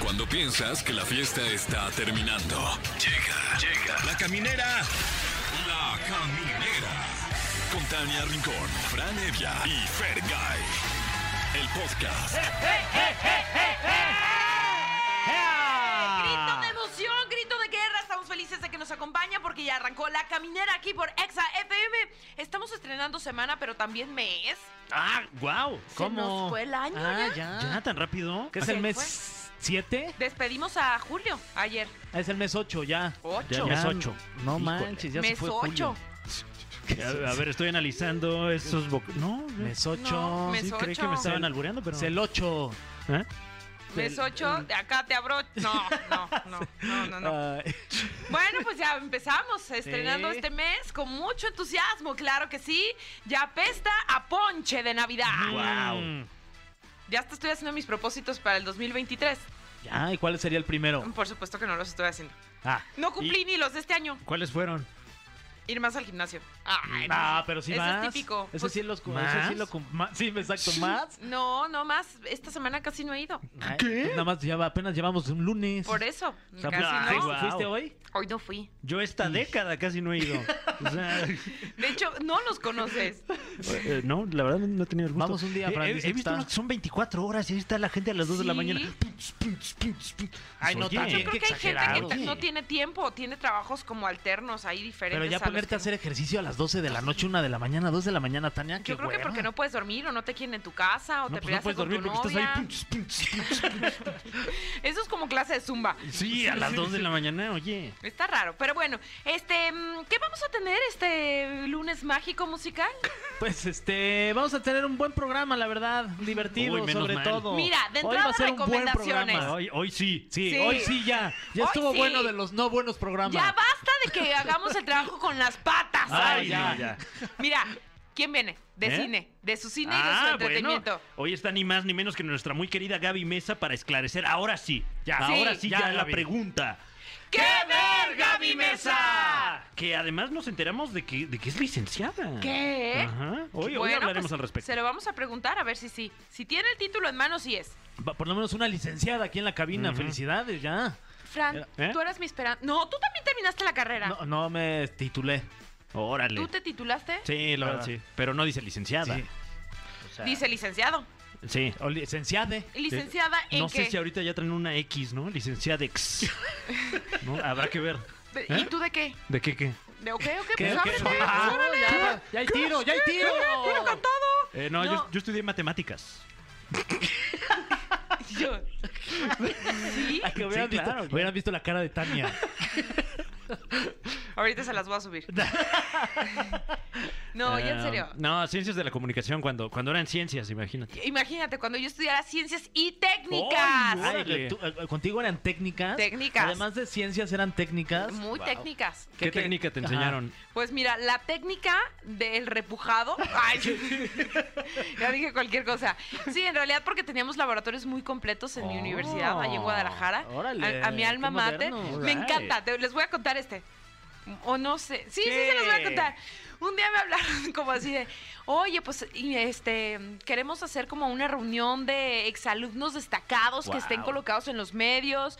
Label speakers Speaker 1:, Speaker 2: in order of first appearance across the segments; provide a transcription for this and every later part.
Speaker 1: Cuando piensas que la fiesta está terminando. Llega, llega. La caminera. La caminera. Con Tania Rincón, Fran Evia y Fer El podcast.
Speaker 2: Grito
Speaker 3: Ah.
Speaker 2: de emoción, grito de guerra. Estamos felices de que nos acompaña porque ya arrancó la caminera aquí por Exa FM. Estamos estrenando semana, pero también mes.
Speaker 3: Ah, wow. ¿Cómo?
Speaker 2: nos fue el año
Speaker 3: ah,
Speaker 2: ya.
Speaker 3: ya, tan rápido. ¿Qué es
Speaker 2: Se
Speaker 3: el
Speaker 2: fue.
Speaker 3: mes 7?
Speaker 2: Despedimos a Julio ayer.
Speaker 3: ah, Es el mes 8 ya.
Speaker 2: Ocho.
Speaker 3: Ya,
Speaker 4: Mes ocho.
Speaker 3: No
Speaker 4: Híjole.
Speaker 3: manches, ya se
Speaker 2: mes
Speaker 3: fue
Speaker 2: 8.
Speaker 3: julio.
Speaker 4: A, a ver, estoy analizando esos voc- No,
Speaker 3: Mes 8.
Speaker 2: No, mes
Speaker 4: sí, creí que
Speaker 2: ocho.
Speaker 4: me estaban albureando, pero.
Speaker 3: Es el 8.
Speaker 4: ¿Eh?
Speaker 2: Mes
Speaker 3: El-
Speaker 2: 8. De acá te abro. No, no, no, no, no. no. Bueno, pues ya empezamos estrenando
Speaker 3: Sí.
Speaker 2: este mes con mucho entusiasmo, claro que sí. Ya pesta a ponche de Navidad.
Speaker 4: Mm.
Speaker 3: wow.
Speaker 2: Ya hasta estoy haciendo mis propósitos para el 2023.
Speaker 3: Ya, Ah, ¿y cuál sería el primero?
Speaker 2: Por supuesto que no los estoy haciendo.
Speaker 3: Ah.
Speaker 2: No cumplí ni los de este año.
Speaker 4: ¿Cuáles fueron?
Speaker 2: Ir más al gimnasio. Ay,
Speaker 3: Ah, pero sí
Speaker 2: Ese es
Speaker 3: más.
Speaker 2: típico.
Speaker 3: Ese
Speaker 2: Pues-
Speaker 3: sí los cu-
Speaker 4: ¿Más?
Speaker 3: ese sí lo cum- ma- Sí, exacto, más.
Speaker 2: No, no más. Esta semana casi no he ido.
Speaker 3: Ay, pues nada más lleva, apenas llevamos un lunes.
Speaker 2: Por eso.
Speaker 3: O sea, pues,
Speaker 2: Casi
Speaker 3: ¿fuiste-
Speaker 2: no.
Speaker 4: guau.
Speaker 3: ¿Fuiste hoy?
Speaker 2: Hoy no fui.
Speaker 4: Yo esta década casi no he ido. O sea,
Speaker 2: De hecho, no los conoces.
Speaker 4: eh, no, la verdad no he tenido el gusto.
Speaker 3: Vamos un día,
Speaker 4: Eh,
Speaker 3: Fran,
Speaker 4: He, he
Speaker 3: dicen que
Speaker 4: visto
Speaker 3: está-
Speaker 4: unos que son 24 horas y ahí está la gente a las 2 de la
Speaker 2: Sí.
Speaker 4: mañana.
Speaker 3: Ay, no,
Speaker 4: Pues, Oye,
Speaker 3: también.
Speaker 2: Creo
Speaker 3: Qué
Speaker 2: que hay gente
Speaker 3: exagerado.
Speaker 2: que t- no tiene tiempo, tiene trabajos como alternos ahí diferentes.
Speaker 3: Pero ya
Speaker 2: a los
Speaker 3: ponerte
Speaker 2: que-
Speaker 3: a hacer ejercicio a las 12 de la noche, 1 de la mañana, 2 de la mañana, Tania, qué
Speaker 2: Yo creo que
Speaker 3: hueva.
Speaker 2: porque no puedes dormir o no te quieren en tu casa o
Speaker 3: No,
Speaker 2: te
Speaker 3: pues no
Speaker 2: peleas
Speaker 3: puedes
Speaker 2: con
Speaker 3: dormir
Speaker 2: tu
Speaker 3: porque estás ahí.
Speaker 2: novia.
Speaker 3: punch, punch, punch.
Speaker 2: Eso es como clase de zumba.
Speaker 4: Sí, a las 2 de la mañana, oye.
Speaker 2: Está raro, pero bueno, este, mm, ¿qué vamos a tener este lunes mágico musical?
Speaker 3: Pues este, vamos a tener un buen programa, la verdad, divertido
Speaker 4: Uy, menos
Speaker 3: sobre
Speaker 4: mal.
Speaker 3: todo.
Speaker 2: Mira, de
Speaker 3: Hoy
Speaker 2: entrada,
Speaker 3: va a ser un buen
Speaker 2: recomendaciones.
Speaker 3: programa.
Speaker 4: Hoy, hoy sí.
Speaker 3: Sí,
Speaker 2: Sí.
Speaker 3: hoy sí ya. Ya
Speaker 2: Hoy
Speaker 3: estuvo
Speaker 2: sí.
Speaker 3: bueno de los no buenos programas.
Speaker 2: Ya basta de que hagamos el trabajo con las patas.
Speaker 3: Ay,
Speaker 4: Ay,
Speaker 3: ya.
Speaker 4: no, ya.
Speaker 2: Mira, ¿quién viene? De
Speaker 4: ¿Eh? Ah,
Speaker 2: cine, de su cine y de su entretenimiento.
Speaker 4: Bueno, hoy está ni más ni menos que nuestra muy querida Gaby Mesa para esclarecer. Ahora sí, ya,
Speaker 3: Sí,
Speaker 4: ahora sí, ya,
Speaker 3: ya,
Speaker 4: la
Speaker 3: Gaby.
Speaker 4: pregunta.
Speaker 2: ¡Qué verga, mi mesa!
Speaker 4: Que además nos enteramos de que, de que es licenciada.
Speaker 2: ¿Qué?
Speaker 4: Ajá. Hoy, hoy
Speaker 2: Bueno,
Speaker 4: hablaremos
Speaker 2: pues,
Speaker 4: al respecto.
Speaker 2: Se lo vamos a preguntar a ver si sí. Si tiene el título en mano, sí es.
Speaker 3: Va- Por lo menos una licenciada aquí en la cabina.
Speaker 4: Ujú.
Speaker 3: Felicidades, ya.
Speaker 2: Fran,
Speaker 4: ¿Eh?
Speaker 2: tú eras mi esperanza. No, tú también terminaste la carrera.
Speaker 3: No, no me titulé.
Speaker 4: Órale.
Speaker 2: ¿Tú te titulaste?
Speaker 4: Sí, la verdad,
Speaker 3: Ah.
Speaker 4: sí. Pero no dice licenciada.
Speaker 3: Sí.
Speaker 4: O sea,
Speaker 2: Dice licenciado.
Speaker 4: Sí.
Speaker 3: O licenciade.
Speaker 2: Licenciada en
Speaker 4: No
Speaker 2: qué?
Speaker 4: sé si ahorita ya traen una X, ¿no? Licenciada X. ¿No? Habrá que ver.
Speaker 2: ¿Y
Speaker 4: ¿Eh?
Speaker 2: tú de qué?
Speaker 4: ¿De qué qué?
Speaker 2: ¿De ok, ok?
Speaker 3: ¿Qué-
Speaker 2: Pues
Speaker 3: qué-
Speaker 2: ábrete.
Speaker 3: Ah,
Speaker 2: órale.
Speaker 3: ya, ya hay tiro, ya hay tiro.
Speaker 2: Tiro con todo.
Speaker 4: Eh, no, Yo,
Speaker 2: No.
Speaker 4: yo estudié matemáticas.
Speaker 2: Yo. ¿Sí?
Speaker 3: Ay, que
Speaker 4: Sí, claro,
Speaker 3: hubieran, visto,
Speaker 4: claro.
Speaker 3: hubieran visto la cara de Tania.
Speaker 2: Ahorita se las voy a subir. No, ya en
Speaker 4: Eh,
Speaker 3: Ah,
Speaker 2: serio.
Speaker 4: No, ciencias de la comunicación cuando, cuando eran ciencias, imagínate.
Speaker 2: Imagínate, cuando yo estudiara ciencias y técnicas.
Speaker 4: Ay,
Speaker 3: Órale, tú- eh, contigo eran técnicas.
Speaker 2: Técnicas.
Speaker 3: Además de ciencias eran técnicas.
Speaker 2: Muy técnicas.
Speaker 4: ¿Qué, técnica te
Speaker 3: Ajá.
Speaker 4: enseñaron?
Speaker 2: Pues mira, la técnica del repujado. Ay, ya dije cualquier cosa. Sí, en realidad porque teníamos laboratorios muy completos en mi
Speaker 3: Oh,
Speaker 2: universidad, allí en Guadalajara. a-
Speaker 3: órale,
Speaker 2: a, mi alma
Speaker 3: qué
Speaker 2: mater.
Speaker 3: moderno.
Speaker 2: Me
Speaker 4: Right.
Speaker 2: encanta. te- les voy a contar este. O no sé. Sí, sí,
Speaker 3: ¿Qué?
Speaker 2: se los voy a contar. Un día me hablaron como así de, oye, pues y este queremos hacer como una reunión de exalumnos destacados que estén
Speaker 4: Wow.
Speaker 2: colocados en los medios.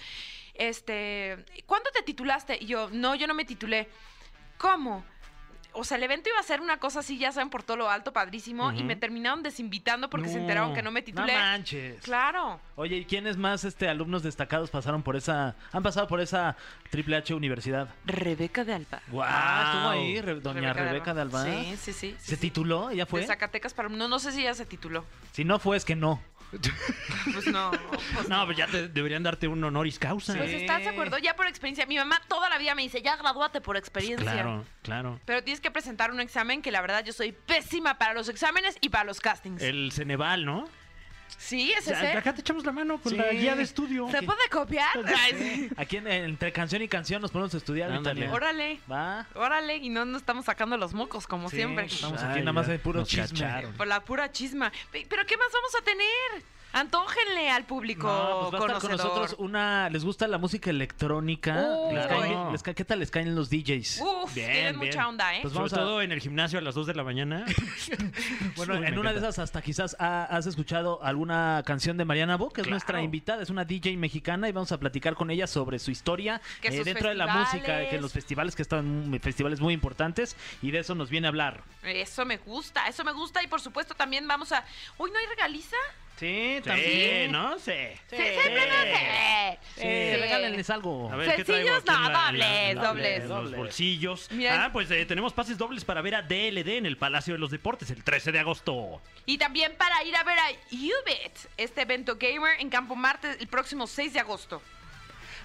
Speaker 2: Este, ¿cuándo te titulaste? Y yo, no, yo no me titulé. ¿Cómo? O sea, el evento iba a ser una cosa así, ya saben, por todo lo alto, padrísimo, y
Speaker 4: Ujú.
Speaker 2: me terminaron desinvitando porque se
Speaker 4: No,
Speaker 2: enteraron que no me
Speaker 3: No
Speaker 2: titulé.
Speaker 3: manches.
Speaker 2: claro.
Speaker 3: Oye, ¿y quiénes más este, alumnos destacados pasaron por esa, han pasado por esa Triple H Universidad?
Speaker 2: Rebeca de Alba.
Speaker 3: Ah, estuvo ahí, Re- doña Rebeca de Alba.
Speaker 2: Sí, sí, sí. sí,
Speaker 3: ¿Se
Speaker 2: sí.
Speaker 3: tituló? ¿Ella fue?
Speaker 2: De Zacatecas para... No, no sé si ya se tituló.
Speaker 3: Si no fue, es que no.
Speaker 2: Pues no. pues
Speaker 4: No, pues ya te- deberían darte un honoris causa.
Speaker 2: Pues estás de acuerdo, ya por experiencia. Mi mamá toda la vida me dice, ya gradúate por experiencia.
Speaker 4: Claro, claro.
Speaker 2: Pero tienes que presentar un examen que la verdad yo soy pésima para los exámenes y para los castings.
Speaker 4: El Ceneval, ¿no?
Speaker 2: Sí, ese
Speaker 4: O sea, Acá te echamos la mano con
Speaker 3: Sí.
Speaker 4: la guía de estudio.
Speaker 2: ¿Se puede copiar? Ay, sí.
Speaker 3: Aquí en- entre canción y canción nos ponemos a estudiar. mi
Speaker 4: Ándale.
Speaker 3: Tania.
Speaker 2: Órale,
Speaker 3: Va.
Speaker 2: órale. Y no nos estamos sacando los mocos como
Speaker 3: Sí,
Speaker 2: siempre.
Speaker 3: Estamos
Speaker 4: Ay,
Speaker 3: aquí nada más
Speaker 4: ya.
Speaker 3: de puro
Speaker 4: Nos
Speaker 3: chisme.
Speaker 4: cacharon.
Speaker 2: Por la pura chisma. Pe- ¿Pero qué más vamos a tener? Antójenle al público
Speaker 3: No, pues va a estar con
Speaker 2: conocedor.
Speaker 3: nosotros una. ¿Les gusta la música electrónica?
Speaker 2: Uy.
Speaker 3: ¿Les caen
Speaker 4: Claro.
Speaker 3: bien- les ca- ¿Qué tal les caen los DJs?
Speaker 2: Uf,
Speaker 4: Bien,
Speaker 2: tienen
Speaker 4: bien.
Speaker 2: mucha onda, ¿eh?
Speaker 3: Pues
Speaker 4: Sobre
Speaker 3: vamos a-
Speaker 4: todo en el gimnasio a las 2 de la mañana.
Speaker 3: Bueno,
Speaker 4: Uy,
Speaker 3: en
Speaker 4: me
Speaker 3: una de
Speaker 4: encanta.
Speaker 3: esas hasta quizás ha- has escuchado alguna canción de Mariana Bo, que es
Speaker 4: Claro.
Speaker 3: nuestra invitada, es una DJ mexicana y vamos a platicar con ella sobre su historia eh,
Speaker 2: Que sus
Speaker 3: dentro de la música,
Speaker 2: festivales.
Speaker 3: que en los festivales que están mm, festivales muy importantes y de eso nos viene a hablar.
Speaker 2: Eso me gusta, eso me gusta. Y por supuesto también vamos a... Uy, ¿no hay regaliza?
Speaker 3: Sí,
Speaker 4: Sí, no sé.
Speaker 2: Sí, sí, sí, sí, sí. Sí.
Speaker 3: Eh, regálenles algo.
Speaker 4: A ver, ¿qué traigo
Speaker 2: Sencillos,
Speaker 4: aquí en la-
Speaker 2: no,
Speaker 4: en
Speaker 2: dobles,
Speaker 4: en
Speaker 2: dobles.
Speaker 4: en
Speaker 3: Dobles.
Speaker 4: Los bolsillos.
Speaker 2: Mira.
Speaker 4: Ah, pues eh, tenemos pases dobles para ver a DLD en el Palacio de los Deportes el 13 de agosto.
Speaker 2: Y también para ir a ver a Ubit, este evento gamer en Campo Marte el próximo 6 de agosto.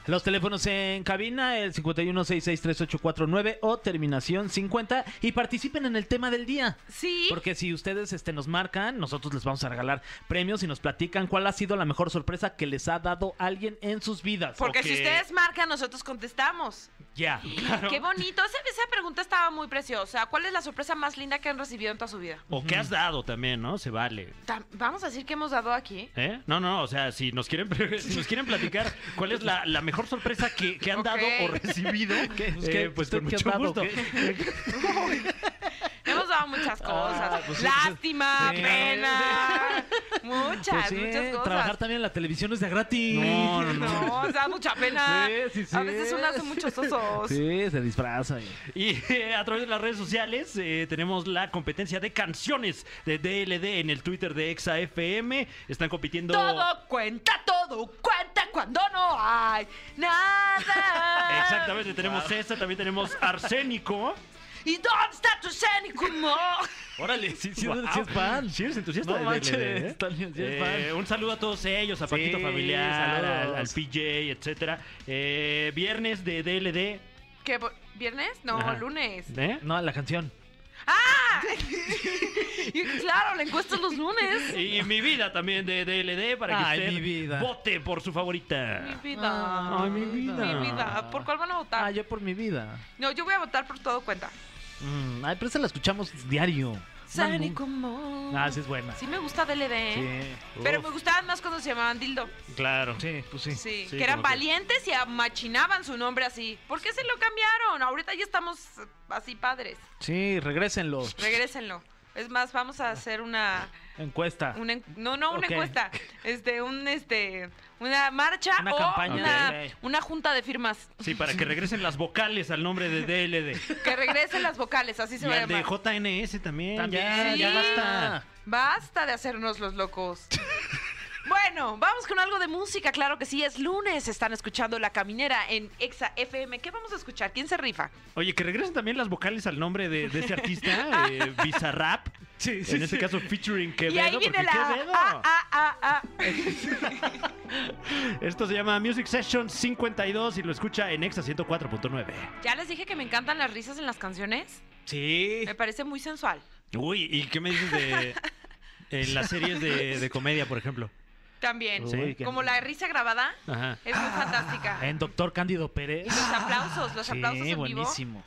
Speaker 3: Los teléfonos en cabina, el 51663849 o terminación 50 y participen en el tema del día.
Speaker 2: Sí.
Speaker 3: Porque si ustedes este, nos marcan, nosotros les vamos a regalar premios y nos platican cuál ha sido la mejor sorpresa que les ha dado alguien en sus vidas.
Speaker 2: Porque
Speaker 4: Ok.
Speaker 2: si ustedes marcan, nosotros contestamos.
Speaker 4: Ya, claro.
Speaker 2: Qué bonito. Esa, esa pregunta estaba muy preciosa. ¿Cuál es la sorpresa más linda que han recibido en toda su vida?
Speaker 4: O qué has dado también, ¿no? Se vale.
Speaker 2: Tam- Vamos a decir que hemos dado aquí.
Speaker 4: ¿Eh? No, no, o sea, si nos quieren, si nos quieren platicar cuál es la, la mejor sorpresa que, que han
Speaker 2: Ok.
Speaker 4: dado o recibido,
Speaker 3: ¿Qué?
Speaker 4: eh,
Speaker 3: Pues, ¿qué?
Speaker 4: pues
Speaker 3: ¿Usted
Speaker 4: con
Speaker 3: qué has
Speaker 4: mucho
Speaker 3: dado?
Speaker 4: gusto.
Speaker 2: Hemos dado muchas cosas.
Speaker 3: pues sí,
Speaker 2: Lástima,
Speaker 3: sí.
Speaker 2: pena. Muchas,
Speaker 3: Pues sí,
Speaker 2: muchas cosas.
Speaker 3: trabajar también en la televisión es de gratis.
Speaker 4: No, no,
Speaker 2: No, o sea, mucha pena.
Speaker 3: Sí, sí,
Speaker 2: A
Speaker 3: sí.
Speaker 2: veces uno hace muchos osos.
Speaker 3: Sí, se disfraza. eh.
Speaker 4: Y eh, a través de las redes sociales eh, tenemos la competencia de canciones de DLD en el Twitter de ExaFM. Están compitiendo.
Speaker 2: Todo cuenta, todo cuenta cuando no hay nada.
Speaker 4: Exactamente, tenemos esta, también tenemos Arsénico.
Speaker 2: ¿Y dónde está tu escénico humor?
Speaker 4: Órale,
Speaker 3: sí, sí es fan.
Speaker 4: Sí, eres entusiasta
Speaker 3: No
Speaker 4: de
Speaker 3: manches,
Speaker 4: DLD, ¿eh?
Speaker 3: también sí es
Speaker 4: Eh, un saludo a todos ellos, a Paquito
Speaker 3: Sí,
Speaker 4: Familiar, al,
Speaker 3: saludos.
Speaker 4: al PJ, etcétera. Eh, viernes de DLD.
Speaker 2: ¿Qué? bo- ¿Viernes? No,
Speaker 4: Ajá.
Speaker 2: lunes.
Speaker 4: ¿eh?
Speaker 3: No, la canción.
Speaker 2: Y claro, la encuesta es los lunes.
Speaker 4: Y mi vida también de DLD para que
Speaker 3: Ay,
Speaker 4: usted
Speaker 3: mi vida.
Speaker 4: vote por su
Speaker 2: Mi
Speaker 4: favorita.
Speaker 2: vida.
Speaker 4: Ay, mi vida.
Speaker 2: Mi vida. ¿Por cuál van a votar?
Speaker 3: Ah, yo por mi vida.
Speaker 2: No, yo voy a votar por todo cuenta.
Speaker 3: Mm, ay, pero esa la escuchamos diario.
Speaker 2: Escénico humor.
Speaker 3: Ah, sí es buena.
Speaker 2: Sí me gusta DLD. ¿eh? Pero me
Speaker 4: Uf,
Speaker 2: gustaban más cuando se llamaban Dildo.
Speaker 4: Claro.
Speaker 3: Sí, pues sí.
Speaker 2: Sí,
Speaker 4: Sí,
Speaker 2: que eran
Speaker 4: como que-
Speaker 2: valientes y machinaban su nombre así. ¿Por qué se lo cambiaron? Ahorita ya estamos eh, así padres.
Speaker 3: Sí, regrésenlo.
Speaker 2: Regrésenlo. Es más, vamos a hacer una,
Speaker 3: Encuesta.
Speaker 2: una en- no, no, una
Speaker 3: Ok.
Speaker 2: encuesta. Este, un este, una marcha
Speaker 3: Una
Speaker 2: o
Speaker 3: campaña.
Speaker 2: Una,
Speaker 3: Ok.
Speaker 2: una junta de firmas.
Speaker 4: Sí, para que regresen las vocales al nombre de DLD.
Speaker 2: Que regresen las vocales, así
Speaker 4: Y
Speaker 2: se va a
Speaker 4: al de
Speaker 2: llamar.
Speaker 4: JNS también.
Speaker 3: También,
Speaker 4: Ya, ya
Speaker 2: Sí.
Speaker 4: basta.
Speaker 2: Basta de hacernos los locos. Bueno, vamos con algo de música, claro que sí, es lunes, están escuchando La Caminera en Exa FM. ¿Qué vamos a escuchar? ¿Quién se rifa?
Speaker 4: Oye, que regresen también las vocales al nombre de, de ese artista, eh, Bizarrap.
Speaker 3: Sí, sí,
Speaker 4: en este
Speaker 3: sí.
Speaker 4: caso, featuring
Speaker 2: y
Speaker 4: Quevedo.
Speaker 2: ahí viene
Speaker 4: porque
Speaker 2: la...
Speaker 4: Quevedo.
Speaker 2: Ah, ah, ah, ah.
Speaker 4: Esto se llama Music Session 52 y lo escucha en Exa 104.9.
Speaker 2: Ya les dije que me encantan las risas en las canciones.
Speaker 4: Sí.
Speaker 2: Me parece muy sensual.
Speaker 4: Uy, ¿y qué me dices de eh, las series de, de comedia, por ejemplo?
Speaker 2: También.
Speaker 4: Uy, Ah.
Speaker 3: qué-
Speaker 2: Como la risa grabada
Speaker 4: Ajá.
Speaker 2: es muy fantástica.
Speaker 3: En Doctor Cándido Pérez.
Speaker 2: Y los aplausos, los
Speaker 3: Sí,
Speaker 2: aplausos en vivo.
Speaker 3: buenísimo.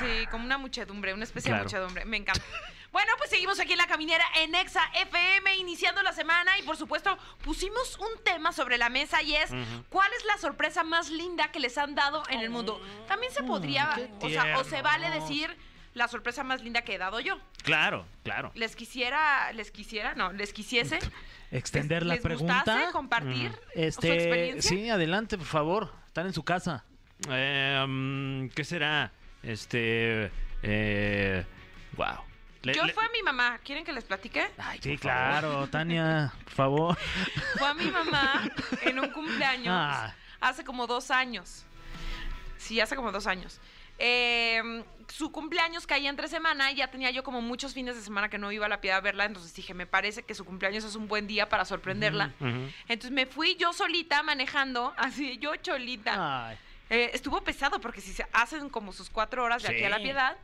Speaker 2: Sí, como una muchedumbre, una especie de
Speaker 4: Claro.
Speaker 2: muchedumbre. Me encanta. Bueno, pues seguimos aquí en la caminera en Exa FM, iniciando la semana y por supuesto pusimos un tema sobre la mesa y es
Speaker 4: Ujú.
Speaker 2: ¿cuál es la sorpresa más linda que les han dado en el mundo? También se podría, o sea, o se vale decir la sorpresa más linda que he dado yo.
Speaker 4: Claro, claro.
Speaker 2: Les quisiera, les quisiera, no, les quisiese.
Speaker 3: Extender
Speaker 2: les,
Speaker 3: la
Speaker 2: les
Speaker 3: pregunta.
Speaker 2: gustase compartir su
Speaker 3: Este,
Speaker 2: experiencia.
Speaker 3: sí, adelante, por favor. Están en su casa.
Speaker 4: Eh, mm, ¿Qué será? Este. Eh, wow. Le-
Speaker 2: Yo
Speaker 4: le-
Speaker 2: fue a mi mamá. ¿Quieren que les platique?
Speaker 3: sí, claro, Tania, por favor.
Speaker 2: Fue a mi mamá en un cumpleaños
Speaker 3: Ah.
Speaker 2: hace como dos años. Sí, hace como dos años. Eh, su cumpleaños caía entre semana y ya tenía yo como muchos fines de semana que no iba a la piedad a verla. Entonces dije, me parece que su cumpleaños es un buen día para sorprenderla.
Speaker 4: Ujú.
Speaker 2: Entonces me fui yo solita manejando, así yo cholita.
Speaker 3: Ay,
Speaker 2: Eh, estuvo pesado porque si se hacen como sus cuatro horas de aquí a la
Speaker 3: Sí.
Speaker 2: piedad,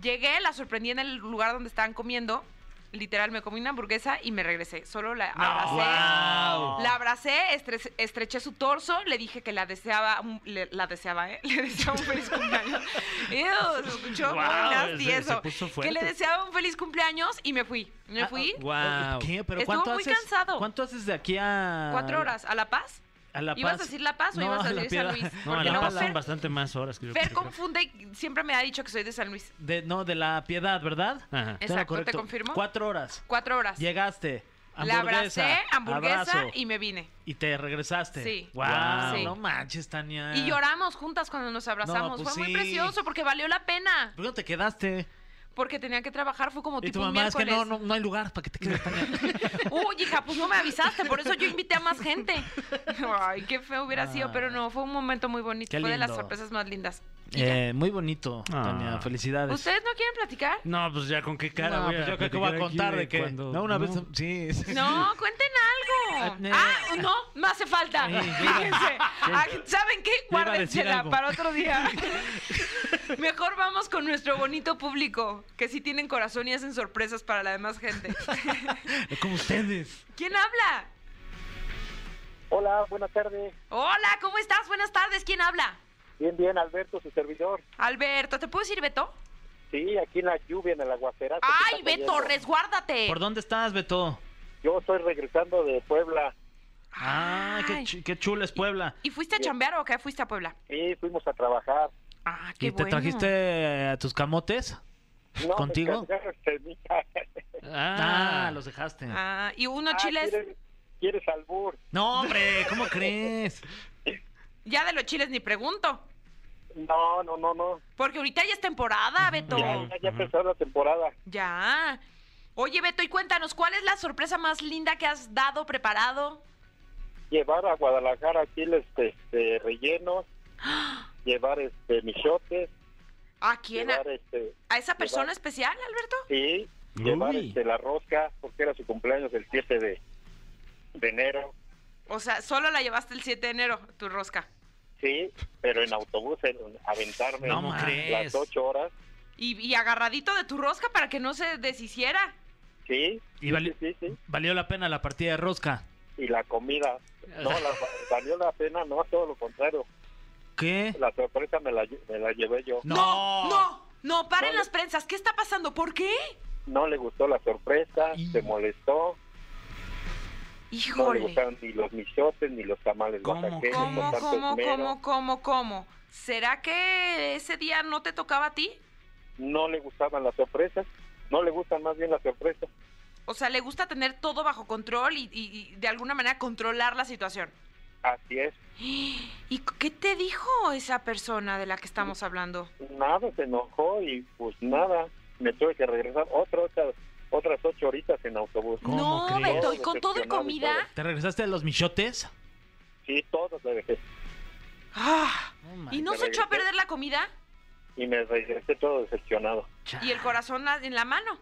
Speaker 2: llegué, la sorprendí en el lugar donde estaban comiendo literal, me comí una hamburguesa y me regresé. Solo la
Speaker 4: No.
Speaker 2: abracé.
Speaker 4: Wow.
Speaker 2: La abracé, estre- estreché su torso, le dije que la deseaba, un- le- la deseaba, ¿eh? Le deseaba un feliz cumpleaños. Ew, se escuchó muy
Speaker 4: Wow,
Speaker 2: nasty
Speaker 4: se-
Speaker 2: eso.
Speaker 4: se puso
Speaker 2: que le
Speaker 4: fuerte. Ah,
Speaker 2: deseaba un feliz cumpleaños y me fui. Me fui
Speaker 4: Wow.
Speaker 3: Ah, ¿Qué? ¿Pero
Speaker 2: Estuvo
Speaker 3: cuánto
Speaker 2: muy
Speaker 3: haces?
Speaker 2: cansado.
Speaker 3: ¿Cuánto haces de aquí a.
Speaker 2: cuatro horas a La Paz.
Speaker 3: A La Paz.
Speaker 2: ¿Ibas a decir La Paz o
Speaker 3: No,
Speaker 2: ibas a
Speaker 3: La
Speaker 2: decir San
Speaker 3: Piedad.
Speaker 2: Luis?
Speaker 4: No, a
Speaker 2: Porque
Speaker 4: la
Speaker 2: luego
Speaker 4: paz son
Speaker 2: Fer-
Speaker 4: bastante más horas que yo.
Speaker 2: Fer
Speaker 4: creo.
Speaker 2: confunde y siempre me ha dicho que soy de San Luis.
Speaker 3: De, no, de la piedad, ¿verdad?
Speaker 4: Ajá.
Speaker 2: Exacto, ¿te
Speaker 3: correcto.
Speaker 2: confirmo?
Speaker 3: Cuatro horas.
Speaker 2: Cuatro horas.
Speaker 3: Llegaste.
Speaker 2: la
Speaker 3: Hamburguesa.
Speaker 2: abracé, hamburguesa
Speaker 3: abrazo,
Speaker 2: y me vine.
Speaker 3: y te regresaste.
Speaker 2: Sí.
Speaker 3: Wow.
Speaker 2: Sí.
Speaker 3: No manches, Tania.
Speaker 2: Y lloramos juntas cuando nos abrazamos.
Speaker 3: Ah. pues
Speaker 2: Fue muy
Speaker 3: sí.
Speaker 2: precioso porque valió la pena.
Speaker 3: ¿Por qué no te quedaste?
Speaker 2: Porque tenía que trabajar, fue como
Speaker 3: Y
Speaker 2: tipo
Speaker 3: tu
Speaker 2: un
Speaker 3: mamá es que
Speaker 2: miércoles.
Speaker 3: no, no, no hay lugar para que te quedes, Tania.
Speaker 2: Uy, hija, pues no me avisaste, por eso yo invité a más gente. Ay, qué feo hubiera sido, pero no, fue un momento muy bonito.
Speaker 3: Qué
Speaker 2: Fue de las
Speaker 3: lindo.
Speaker 2: sorpresas más lindas. Y ya.
Speaker 3: Eh, muy bonito,
Speaker 4: Ah.
Speaker 3: Tania. Felicidades.
Speaker 2: ¿Ustedes no quieren platicar?
Speaker 4: No, pues ya con qué cara
Speaker 3: No,
Speaker 4: voy
Speaker 3: pues
Speaker 4: a
Speaker 3: yo creo que voy a
Speaker 4: platicar aquí
Speaker 3: contar de
Speaker 4: de
Speaker 3: que.
Speaker 4: cuando-
Speaker 3: No, una
Speaker 4: No.
Speaker 3: vez. Sí. sí.
Speaker 2: No, cuenten algo.
Speaker 3: Eh,
Speaker 2: Ah, no, no hace falta.
Speaker 3: Sí, yo iba-
Speaker 2: Fíjense. Ah, ¿Saben qué?
Speaker 3: Yo iba a decir
Speaker 2: Guárdensela
Speaker 3: algo.
Speaker 2: para otro día. Mejor vamos con nuestro bonito público, que sí tienen corazón y hacen sorpresas para la demás gente.
Speaker 3: Como ustedes.
Speaker 2: ¿Quién habla?
Speaker 5: Hola, buenas tardes.
Speaker 2: Hola, ¿cómo estás? Buenas tardes. ¿Quién habla?
Speaker 5: Bien, bien, Alberto, su servidor.
Speaker 2: Alberto, ¿te puedo decir Beto?
Speaker 5: Sí, aquí en la lluvia, en el aguacerazo. que
Speaker 2: Ay,
Speaker 5: está
Speaker 2: Beto,
Speaker 5: cayendo.
Speaker 2: resguárdate.
Speaker 3: ¿Por dónde estás, Beto?
Speaker 5: Yo estoy regresando de Puebla
Speaker 3: Ah, qué,
Speaker 2: Ay.
Speaker 3: chu- qué chula es Puebla.
Speaker 2: ¿Y fuiste a chambear o qué? ¿Fuiste a Puebla?
Speaker 5: y fuimos a trabajar.
Speaker 2: Ah, qué
Speaker 3: ¿Y te
Speaker 2: bueno.
Speaker 3: trajiste a tus camotes?
Speaker 5: No,
Speaker 3: ¿Contigo?
Speaker 5: me cargaron semillas.
Speaker 3: Ah,
Speaker 4: Ah,
Speaker 3: los dejaste.
Speaker 2: Ah, y uno
Speaker 5: Ah,
Speaker 2: chiles,
Speaker 5: ¿Quieres, quieres albur?
Speaker 3: No, hombre, ¿cómo crees?
Speaker 2: ya de los chiles ni pregunto.
Speaker 5: No, no, no, no.
Speaker 2: Porque ahorita ya es temporada, Beto.
Speaker 5: Ya, ya empezó la temporada.
Speaker 2: Ya. Oye, Beto, y cuéntanos, ¿cuál es la sorpresa más linda que has dado, preparado?
Speaker 5: Llevar a Guadalajara chiles este, rellenos, llevar este michotes,
Speaker 2: ¿A quién? ¿A,
Speaker 5: llevar este...
Speaker 2: a esa persona
Speaker 5: llevar-
Speaker 2: especial, Alberto?
Speaker 5: Sí, llevar
Speaker 4: Uy.
Speaker 5: este, la rosca, porque era su cumpleaños el 7 de, de enero.
Speaker 2: O sea, solo la llevaste el 7 de enero, tu rosca.
Speaker 5: Sí, pero en autobús, en, aventarme
Speaker 3: No
Speaker 5: las
Speaker 4: crees.
Speaker 5: ocho horas.
Speaker 2: Y, y agarradito de tu rosca para que no se deshiciera.
Speaker 5: Sí,
Speaker 3: Y valió,
Speaker 5: sí, sí.
Speaker 3: valió la pena la partida de rosca.
Speaker 5: Y la comida. No, la- valió la pena, no, todo lo contrario.
Speaker 3: ¿Qué?
Speaker 5: La sorpresa me la, lle- me la llevé yo.
Speaker 3: No.
Speaker 2: no, no, no, paren
Speaker 5: Vale.
Speaker 2: las prensas. ¿Qué está pasando? ¿Por qué?
Speaker 5: No le gustó la sorpresa,
Speaker 3: Y-
Speaker 5: se molestó. No le
Speaker 2: Híjole.
Speaker 5: gustaron ni los michotes, ni los tamales
Speaker 3: ¿Cómo,
Speaker 5: oaxaqueños con
Speaker 2: ¿Cómo,
Speaker 5: tanto
Speaker 2: cómo,
Speaker 5: esmero.
Speaker 2: cómo, cómo, cómo? ¿Será que ese día no te tocaba a ti?
Speaker 5: No le gustaban las sorpresas. No le gustan más bien las sorpresas.
Speaker 2: O sea, le gusta tener todo bajo control y, y- y de alguna manera controlar la situación.
Speaker 5: Así es.
Speaker 2: ¿Y c- qué te dijo esa persona de la que estamos hablando?
Speaker 5: Nada, se enojó y pues nada. Me tuve que regresar otra, otra otras ocho horitas en autobús.
Speaker 3: ¿Cómo
Speaker 2: no,
Speaker 3: crees?
Speaker 2: Beto, ¿y con todo y
Speaker 5: Decepcionado,
Speaker 2: comida?
Speaker 5: todo.
Speaker 3: ¿Te regresaste a los michotes?
Speaker 5: Sí, todos me dejé.
Speaker 2: Ah,
Speaker 3: No manches.
Speaker 2: ¿Y no se
Speaker 5: Te
Speaker 2: echó a
Speaker 5: regresé.
Speaker 2: perder la comida
Speaker 5: Y me regresé todo decepcionado.
Speaker 2: y el corazón a- en la mano?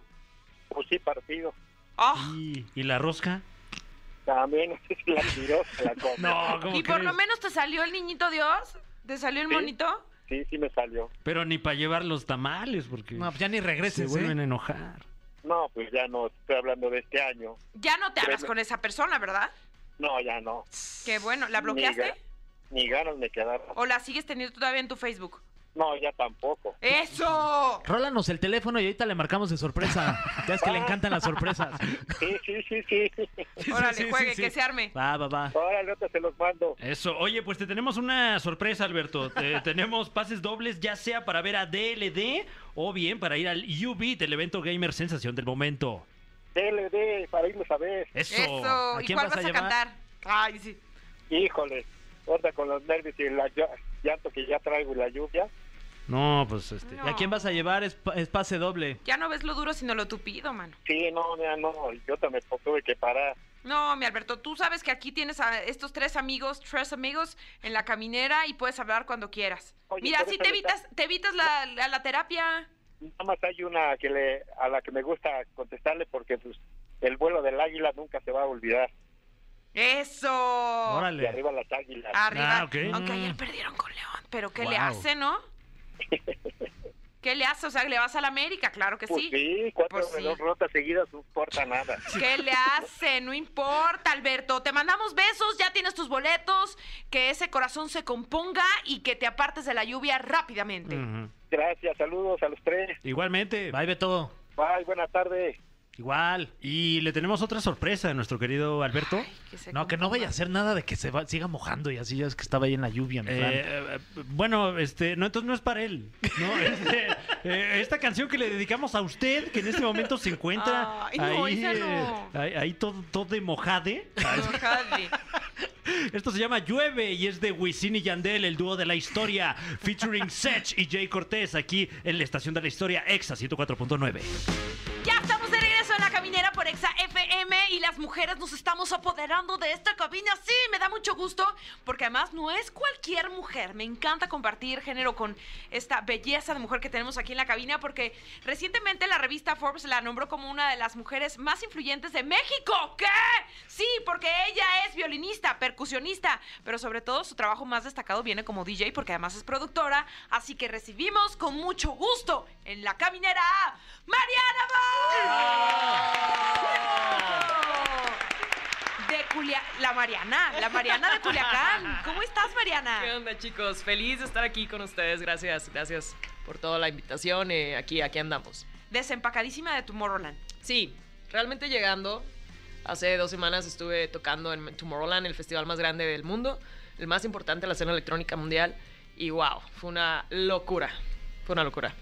Speaker 5: Pues sí, partido.
Speaker 2: Ah,
Speaker 4: ¿Y, y la rosca?
Speaker 5: También, no sé si la tiró, se la comió.
Speaker 4: No, ¿cómo
Speaker 2: ¿Y por
Speaker 4: crees?
Speaker 2: lo menos te salió el niñito Dios? ¿Te salió el
Speaker 5: Sí.
Speaker 2: monito?
Speaker 5: Sí, sí me salió.
Speaker 4: Pero ni para llevar los tamales, porque
Speaker 3: No, pues ya ni
Speaker 4: se
Speaker 3: regreses,
Speaker 4: vuelven
Speaker 3: ¿eh?
Speaker 4: a enojar.
Speaker 5: No, pues ya no, estoy hablando de este año.
Speaker 2: Ya no te hablas
Speaker 5: Bueno.
Speaker 2: con esa persona, ¿verdad?
Speaker 5: No, ya no.
Speaker 2: Qué bueno, ¿la
Speaker 5: Ni
Speaker 2: bloqueaste? Oh.
Speaker 5: ga- Ni ganas me quedaron.
Speaker 2: ¿O la sigues teniendo todavía en tu Facebook?
Speaker 5: No, ya tampoco.
Speaker 2: ¡Eso!
Speaker 3: Rólanos el teléfono y ahorita le marcamos de sorpresa. Ya es que le encantan las sorpresas.
Speaker 5: Sí, sí, sí, sí.
Speaker 2: Órale,
Speaker 3: sí, sí,
Speaker 2: juegue,
Speaker 3: sí.
Speaker 2: que se arme.
Speaker 3: Va, va, va.
Speaker 5: Ahora ahorita se los mando.
Speaker 4: Eso, oye, pues te tenemos una sorpresa, Alberto. Te- tenemos pases dobles, ya sea para ver a DLD o bien para ir al UV del evento Gamer Sensación del Momento.
Speaker 5: DLD, para irlos a ver.
Speaker 4: Eso.
Speaker 2: Eso.
Speaker 3: ¿A
Speaker 2: ¿Y
Speaker 3: quién
Speaker 2: cuál
Speaker 3: vas a
Speaker 2: vas a,
Speaker 3: llevar?
Speaker 2: cantar? Ay, sí.
Speaker 5: Híjole, ahorita con los nervios y el llanto que ya traigo y la lluvia.
Speaker 4: No, pues este.
Speaker 2: No.
Speaker 3: ¿Y a quién vas a llevar? Es, pa- es pase doble.
Speaker 2: Ya no ves lo duro, sino lo tupido, mano.
Speaker 5: Sí, no, ya no, yo también tuve que parar.
Speaker 2: No, mi Alberto, tú sabes que aquí tienes a estos tres amigos, tres amigos en la caminera y puedes hablar cuando quieras.
Speaker 5: Oye,
Speaker 2: Mira,
Speaker 5: pero
Speaker 2: así
Speaker 5: esa
Speaker 2: te
Speaker 5: no
Speaker 2: evitas, te evitas la, la, la terapia.
Speaker 5: Nada más hay una que le, a la que me gusta contestarle porque pues, el vuelo del águila nunca se va a olvidar.
Speaker 2: Eso.
Speaker 5: Y
Speaker 4: Órale.
Speaker 5: arriba las águilas.
Speaker 2: Arriba.
Speaker 4: Ah, ok.
Speaker 2: Aunque
Speaker 3: Mm.
Speaker 2: ayer perdieron con León, pero ¿qué le
Speaker 4: Guau.
Speaker 2: hace, no? ¿Qué le haces? O sea, ¿le vas a la América? Claro que
Speaker 5: Pues
Speaker 2: sí.
Speaker 5: sí, cuatro
Speaker 2: Pues sí.
Speaker 5: derrotas seguidas no importa nada.
Speaker 2: ¿Qué le hace? No importa, Alberto. Te mandamos besos, ya tienes tus boletos, que ese corazón se componga y que te apartes de la lluvia rápidamente.
Speaker 3: Mm.
Speaker 4: Ujú.
Speaker 5: Gracias, saludos a los tres.
Speaker 4: Igualmente.
Speaker 3: Bye, Beto.
Speaker 5: Bye, buena tarde.
Speaker 4: Igual. Y le tenemos otra sorpresa a nuestro querido Alberto.
Speaker 2: se
Speaker 3: No, que no vaya a
Speaker 2: componga.
Speaker 3: hacer nada de que se va- siga mojando y así ya es que estaba ahí en la lluvia, mi Fran.
Speaker 4: Eh, eh, bueno, este, no, entonces no es para él. ¿no? Este, eh, esta canción que le dedicamos a usted, que en este momento se encuentra
Speaker 2: Ay,
Speaker 4: ahí,
Speaker 2: no, esa no.
Speaker 4: eh, ahí, ahí todo, todo de mojade.
Speaker 2: No, Javi.
Speaker 4: Esto se llama Llueve y es de Wisin y Yandel, el dúo de la historia, featuring Sech y Jay Cortés, aquí en la estación de la historia, Exa 104.9.
Speaker 2: Ya estamos de regreso en la caminera por Exa FM y las mujeres nos estamos apoderando de esta cabina. Sí, me da mucho gusto porque además no es cualquier mujer. Me encanta compartir género con esta belleza de mujer que tenemos aquí en la cabina porque recientemente la revista Forbes la nombró como una de las mujeres más influyentes de México. ¿Qué? Sí, porque ella es violinista, percusionista, pero sobre todo su trabajo más destacado viene como DJ porque además es productora. Así que recibimos con mucho gusto en la caminera a Mariana Boy. De Culia... La Mariana, la Mariana de Culiacán. ¿Cómo estás, Mariana?
Speaker 6: ¿Qué onda, chicos? Feliz de estar aquí con ustedes. Gracias, gracias por toda la invitación. eh, aquí, aquí andamos.
Speaker 2: Desempacadísima de Tomorrowland.
Speaker 6: Sí, realmente llegando, hace dos semanas estuve tocando en Tomorrowland, el festival más grande del mundo, el más importante de la escena electrónica mundial. Y wow, fue una locura. Fue una locura.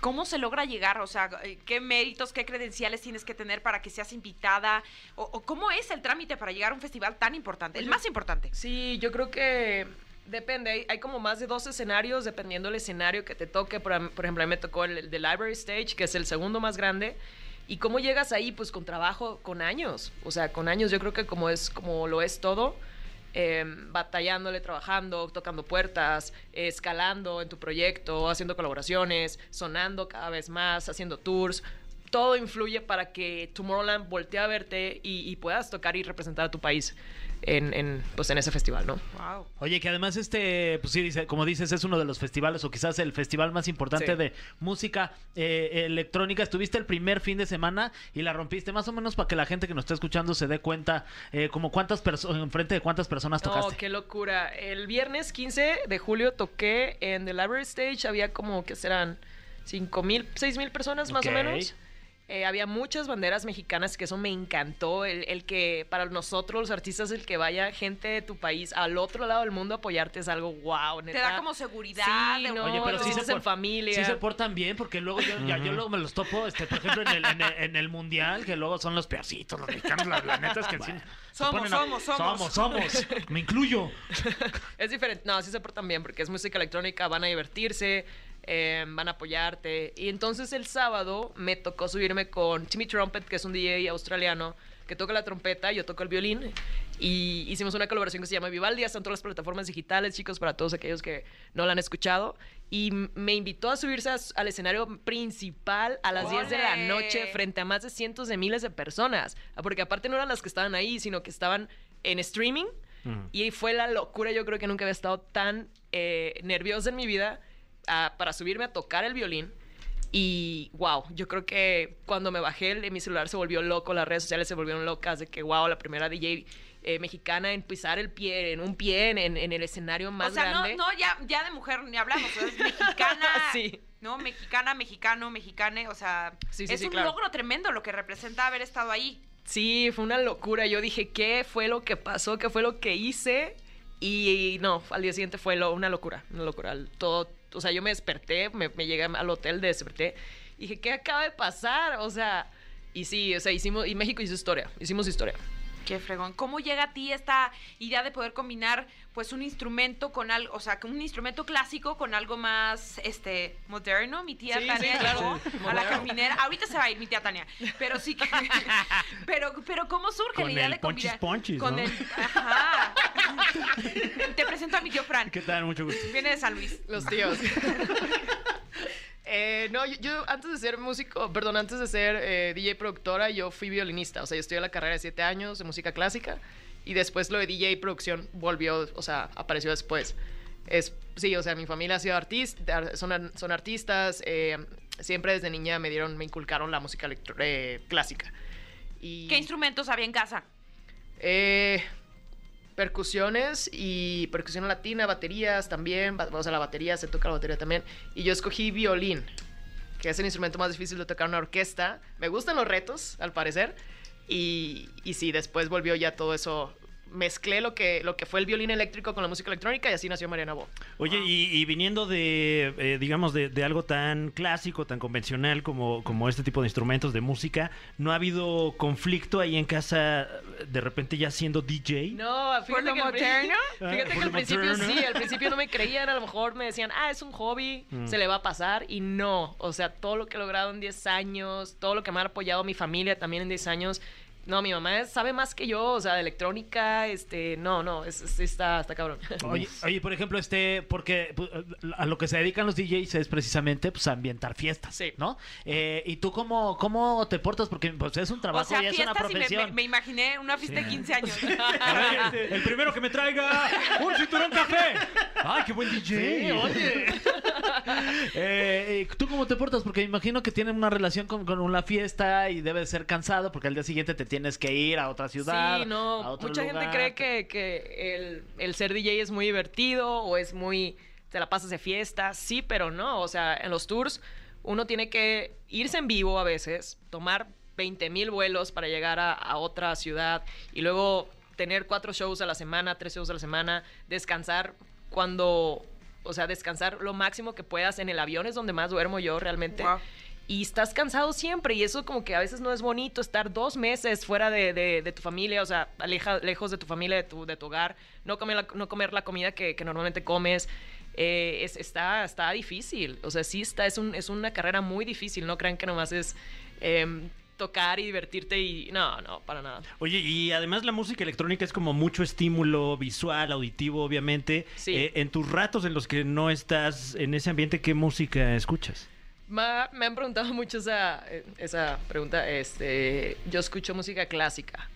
Speaker 2: ¿Cómo se logra llegar? O sea, eh, ¿qué méritos, qué credenciales tienes que tener para que seas invitada? ¿O, o cómo es el trámite para llegar a un festival tan importante? El
Speaker 6: Oye.
Speaker 2: más importante.
Speaker 6: Sí, yo creo que depende. Hay, hay como más de dos escenarios dependiendo del escenario que te toque. Por, am- por ejemplo, a mí me tocó el, el de Library Stage, que es el segundo más grande. ¿Y cómo llegas ahí? Pues con trabajo, con años. O sea, con años. Yo creo que como es como lo es todo, eh, batallándole, trabajando, tocando puertas, eh, escalando en tu proyecto, haciendo colaboraciones, sonando cada vez más, haciendo tours. Todo influye para que Tomorrowland voltee a verte y, y puedas tocar y representar a tu país en, en, pues en ese festival, ¿no?
Speaker 2: Wow.
Speaker 3: Oye, que además este, pues sí, dice, como dices, es uno de los festivales o quizás el festival más importante
Speaker 6: Sí.
Speaker 3: de música eh, electrónica. Estuviste el primer fin de semana y la rompiste más o menos para que la gente que nos está escuchando se dé cuenta eh, como cuántas personas, enfrente de cuántas personas tocaste.
Speaker 6: No, Oh, qué locura. El viernes 15 de julio toqué en The Library Stage. Había como que serán 5 mil, 6 mil personas más
Speaker 3: Ok.
Speaker 6: o menos. Eh, había muchas banderas mexicanas que eso me encantó. El, el que para nosotros los artistas, el que vaya gente de tu país al otro lado del mundo a apoyarte es algo wow, neta.
Speaker 2: Te da como seguridad.
Speaker 6: Sí,
Speaker 2: de-
Speaker 6: no, lo hiciste en
Speaker 3: por-
Speaker 6: familia.
Speaker 3: sí se portan bien porque luego yo, ya, yo luego me los topo, este, por ejemplo, en el, en el- en el mundial, que luego son los peorcitos, los mexicanos, las la neta es que sí, se
Speaker 2: Somos,
Speaker 3: ponen a-
Speaker 2: somos, somos.
Speaker 3: somos, somos. me incluyo.
Speaker 6: Es diferente. No, sí se portan bien porque es música electrónica, van a divertirse, eh, van a apoyarte. Y entonces el sábado me tocó subirme con Timmy Trumpet, que es un DJ australiano que toca la trompeta, yo toco el violín. Y hicimos una colaboración que se llama Vivaldi. Están todas las plataformas digitales, chicos, para todos aquellos que no la han escuchado. Y m- me invitó a subirse a s- al escenario principal a las 10 de la
Speaker 2: ¡Ole!
Speaker 6: noche frente a más de cientos de miles de personas. Ah, Porque aparte no eran las que estaban ahí, sino que estaban en streaming. Y fue la locura, yo creo que nunca había estado tan eh, nerviosa en mi vida ah, para subirme a tocar el violín. Y wow, yo creo que cuando me bajé el- mi celular se volvió loco, las redes sociales se volvieron locas de que wow, la primera DJ eh, mexicana en pisar el pie, en un pie, en, en- en el escenario más
Speaker 2: o sea,
Speaker 6: grande.
Speaker 2: no, no, ya, ya de mujer ni hablamos. o sea, Es mexicana.
Speaker 6: Sí.
Speaker 2: No, mexicana, mexicano, mexicane. O sea,
Speaker 6: Sí, sí,
Speaker 2: es
Speaker 6: sí,
Speaker 2: un
Speaker 6: claro.
Speaker 2: logro tremendo lo que representa haber estado ahí.
Speaker 6: Sí, fue una locura. Yo dije, ¿qué fue lo que pasó? ¿Qué fue lo que hice? Y no, al día siguiente fue lo- una locura, una locura. El- Todo, o sea, yo me desperté, me, me llegué al hotel, desperté. y Dije, ¿qué acaba de pasar? O sea, y sí, o sea, hicimos, y México hizo historia, hicimos historia.
Speaker 2: Qué fregón. ¿Cómo llega a ti esta idea de poder combinar pues un instrumento con algo, o sea, que un instrumento clásico con algo más este moderno? Mi tía
Speaker 6: Sí,
Speaker 2: Tania
Speaker 6: sí, claro.
Speaker 2: llegó
Speaker 6: Sí,
Speaker 2: a la
Speaker 6: moderno.
Speaker 2: caminera. Ahorita se va a ir mi tía Tania, pero sí que pero pero cómo surge
Speaker 4: Con
Speaker 2: la idea
Speaker 4: el
Speaker 2: de combinar
Speaker 4: ponchis ponchis,
Speaker 2: con
Speaker 4: ¿no?
Speaker 2: el ajá. Te presento a mi tío Fran.
Speaker 4: ¿Qué tal? Mucho gusto.
Speaker 2: Viene de San Luis.
Speaker 6: Los tíos. Eh, no, yo, yo antes de ser músico, perdón, antes de ser eh, DJ productora, yo fui violinista. O sea, yo estudié la carrera de siete años de música clásica y después lo de DJ y producción volvió, o sea, apareció después. Es, sí, o sea, mi familia ha sido artista, son, ar- son artistas. eh, siempre desde niña me dieron, me inculcaron la música electro- eh, clásica. Y,
Speaker 2: ¿Qué instrumentos había en casa?
Speaker 6: eh, percusiones y percusión latina, baterías también. ba- O sea, la batería, se toca la batería también. Y yo escogí violín, que es el instrumento más difícil de tocar en una orquesta. Me gustan los retos, al parecer. Y, y sí, después volvió ya todo eso. Mezclé lo que, lo que fue el violín eléctrico con la música electrónica y así nació Mariana Bo.
Speaker 4: Oye, y, y viniendo de, eh, digamos, de, de algo tan clásico, tan convencional como, como este tipo de instrumentos de música, ¿no ha habido conflicto ahí en casa de repente ya siendo DJ?
Speaker 6: No, fíjate
Speaker 2: lo
Speaker 6: que al pri-
Speaker 2: moderno?
Speaker 6: Fíjate
Speaker 4: Ah,
Speaker 6: que al
Speaker 4: por lo
Speaker 6: principio
Speaker 4: moderno.
Speaker 6: sí, al principio no me creían, a lo mejor me decían, ah, es un hobby,
Speaker 4: Mm.
Speaker 6: se le va a pasar, y no, o sea, todo lo que he logrado en 10 años, todo lo que me ha apoyado mi familia también en 10 años, no, mi mamá es- sabe más que yo, o sea, de electrónica, este, no, no, es, es- está, está cabrón.
Speaker 3: Oye, oye, por ejemplo, este, porque pues, a lo que se dedican los DJs es precisamente pues, a ambientar fiestas,
Speaker 6: Sí.
Speaker 3: ¿no? Eh, ¿Y tú cómo, cómo te portas? Porque pues, es un
Speaker 2: O
Speaker 3: trabajo
Speaker 2: sea,
Speaker 3: y es
Speaker 2: fiestas
Speaker 3: una
Speaker 2: y me- me,
Speaker 3: profesión.
Speaker 2: me imaginé una fiesta de 15 años.
Speaker 4: A ver, este, el primero que me traiga un cinturón café. ¡Ay, qué buen DJ!
Speaker 3: Sí, oye. Eh, ¿Tú cómo te portas? Porque me imagino que tienen una relación con, con una fiesta y debe ser cansado porque al día siguiente te tienes que ir a otra ciudad.
Speaker 6: Sí, no,
Speaker 3: a otro
Speaker 6: mucha
Speaker 3: lugar.
Speaker 6: gente cree que, que el, el ser DJ es muy divertido o es muy, te la pasas de fiesta, sí, pero no, o sea, en los tours uno tiene que irse en vivo a veces, tomar 20 mil vuelos para llegar a, a otra ciudad y luego tener cuatro shows a la semana, tres shows a la semana, descansar cuando, o sea, descansar lo máximo que puedas en el avión es donde más duermo yo realmente
Speaker 2: Guau.
Speaker 6: y estás cansado siempre y eso como que a veces no es bonito estar dos meses fuera de, de- de tu familia, o sea, aleja- lejos de tu familia, de tu, de tu hogar, no comer la, no comer la comida que, que normalmente comes. eh, es- está, está difícil, o sea, sí está, es, un- es una carrera muy difícil, no crean que nomás es em, tocar y divertirte y no, no, para nada.
Speaker 4: Oye, y además la música electrónica es como mucho estímulo visual, auditivo, obviamente.
Speaker 6: Sí.
Speaker 4: Eh, en tus ratos en los que no estás en ese ambiente, ¿qué música escuchas?
Speaker 6: Ma- me han preguntado mucho esa, eh, esa pregunta. Este, yo escucho música clásica,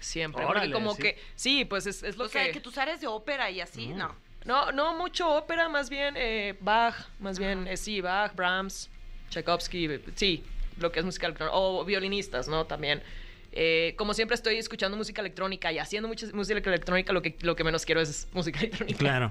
Speaker 6: siempre,
Speaker 3: Órale,
Speaker 6: porque como
Speaker 3: sí.
Speaker 6: que, sí, pues es, es lo
Speaker 2: o sea, que tus áreas de ópera y así, no.
Speaker 6: No, no mucho ópera, más bien eh, Bach, más bien, eh, sí, Bach, Brahms, Tchaikovsky, eh, sí, lo que es música electrónica, o violinistas, ¿no? También. Eh, como siempre estoy escuchando música electrónica y haciendo mucha música electrónica, lo que, lo que menos quiero es música electrónica.
Speaker 4: Claro.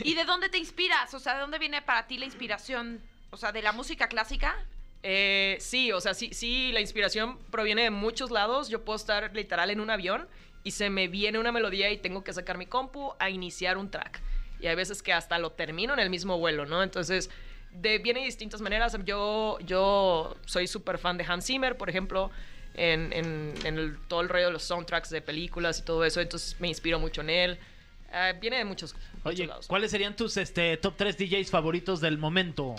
Speaker 2: ¿Y de dónde te inspiras? O sea, ¿de dónde viene para ti la inspiración? O sea, ¿de la música clásica?
Speaker 6: Eh, sí, o sea, sí, sí, la inspiración proviene de muchos lados. Yo puedo estar literal en un avión y se me viene una melodía y tengo que sacar mi compu a iniciar un track. Y hay veces que hasta lo termino en el mismo vuelo, ¿no? Entonces, de, viene de distintas maneras. Yo, yo soy súper fan de Hans Zimmer, por ejemplo, en, en- en el- todo el rollo de los soundtracks de películas y todo eso. Entonces, me inspiro mucho en él. Eh, viene de muchos, muchos
Speaker 3: Oye,
Speaker 6: lados.
Speaker 3: ¿cuáles serían tus este, top 3 DJs favoritos del momento?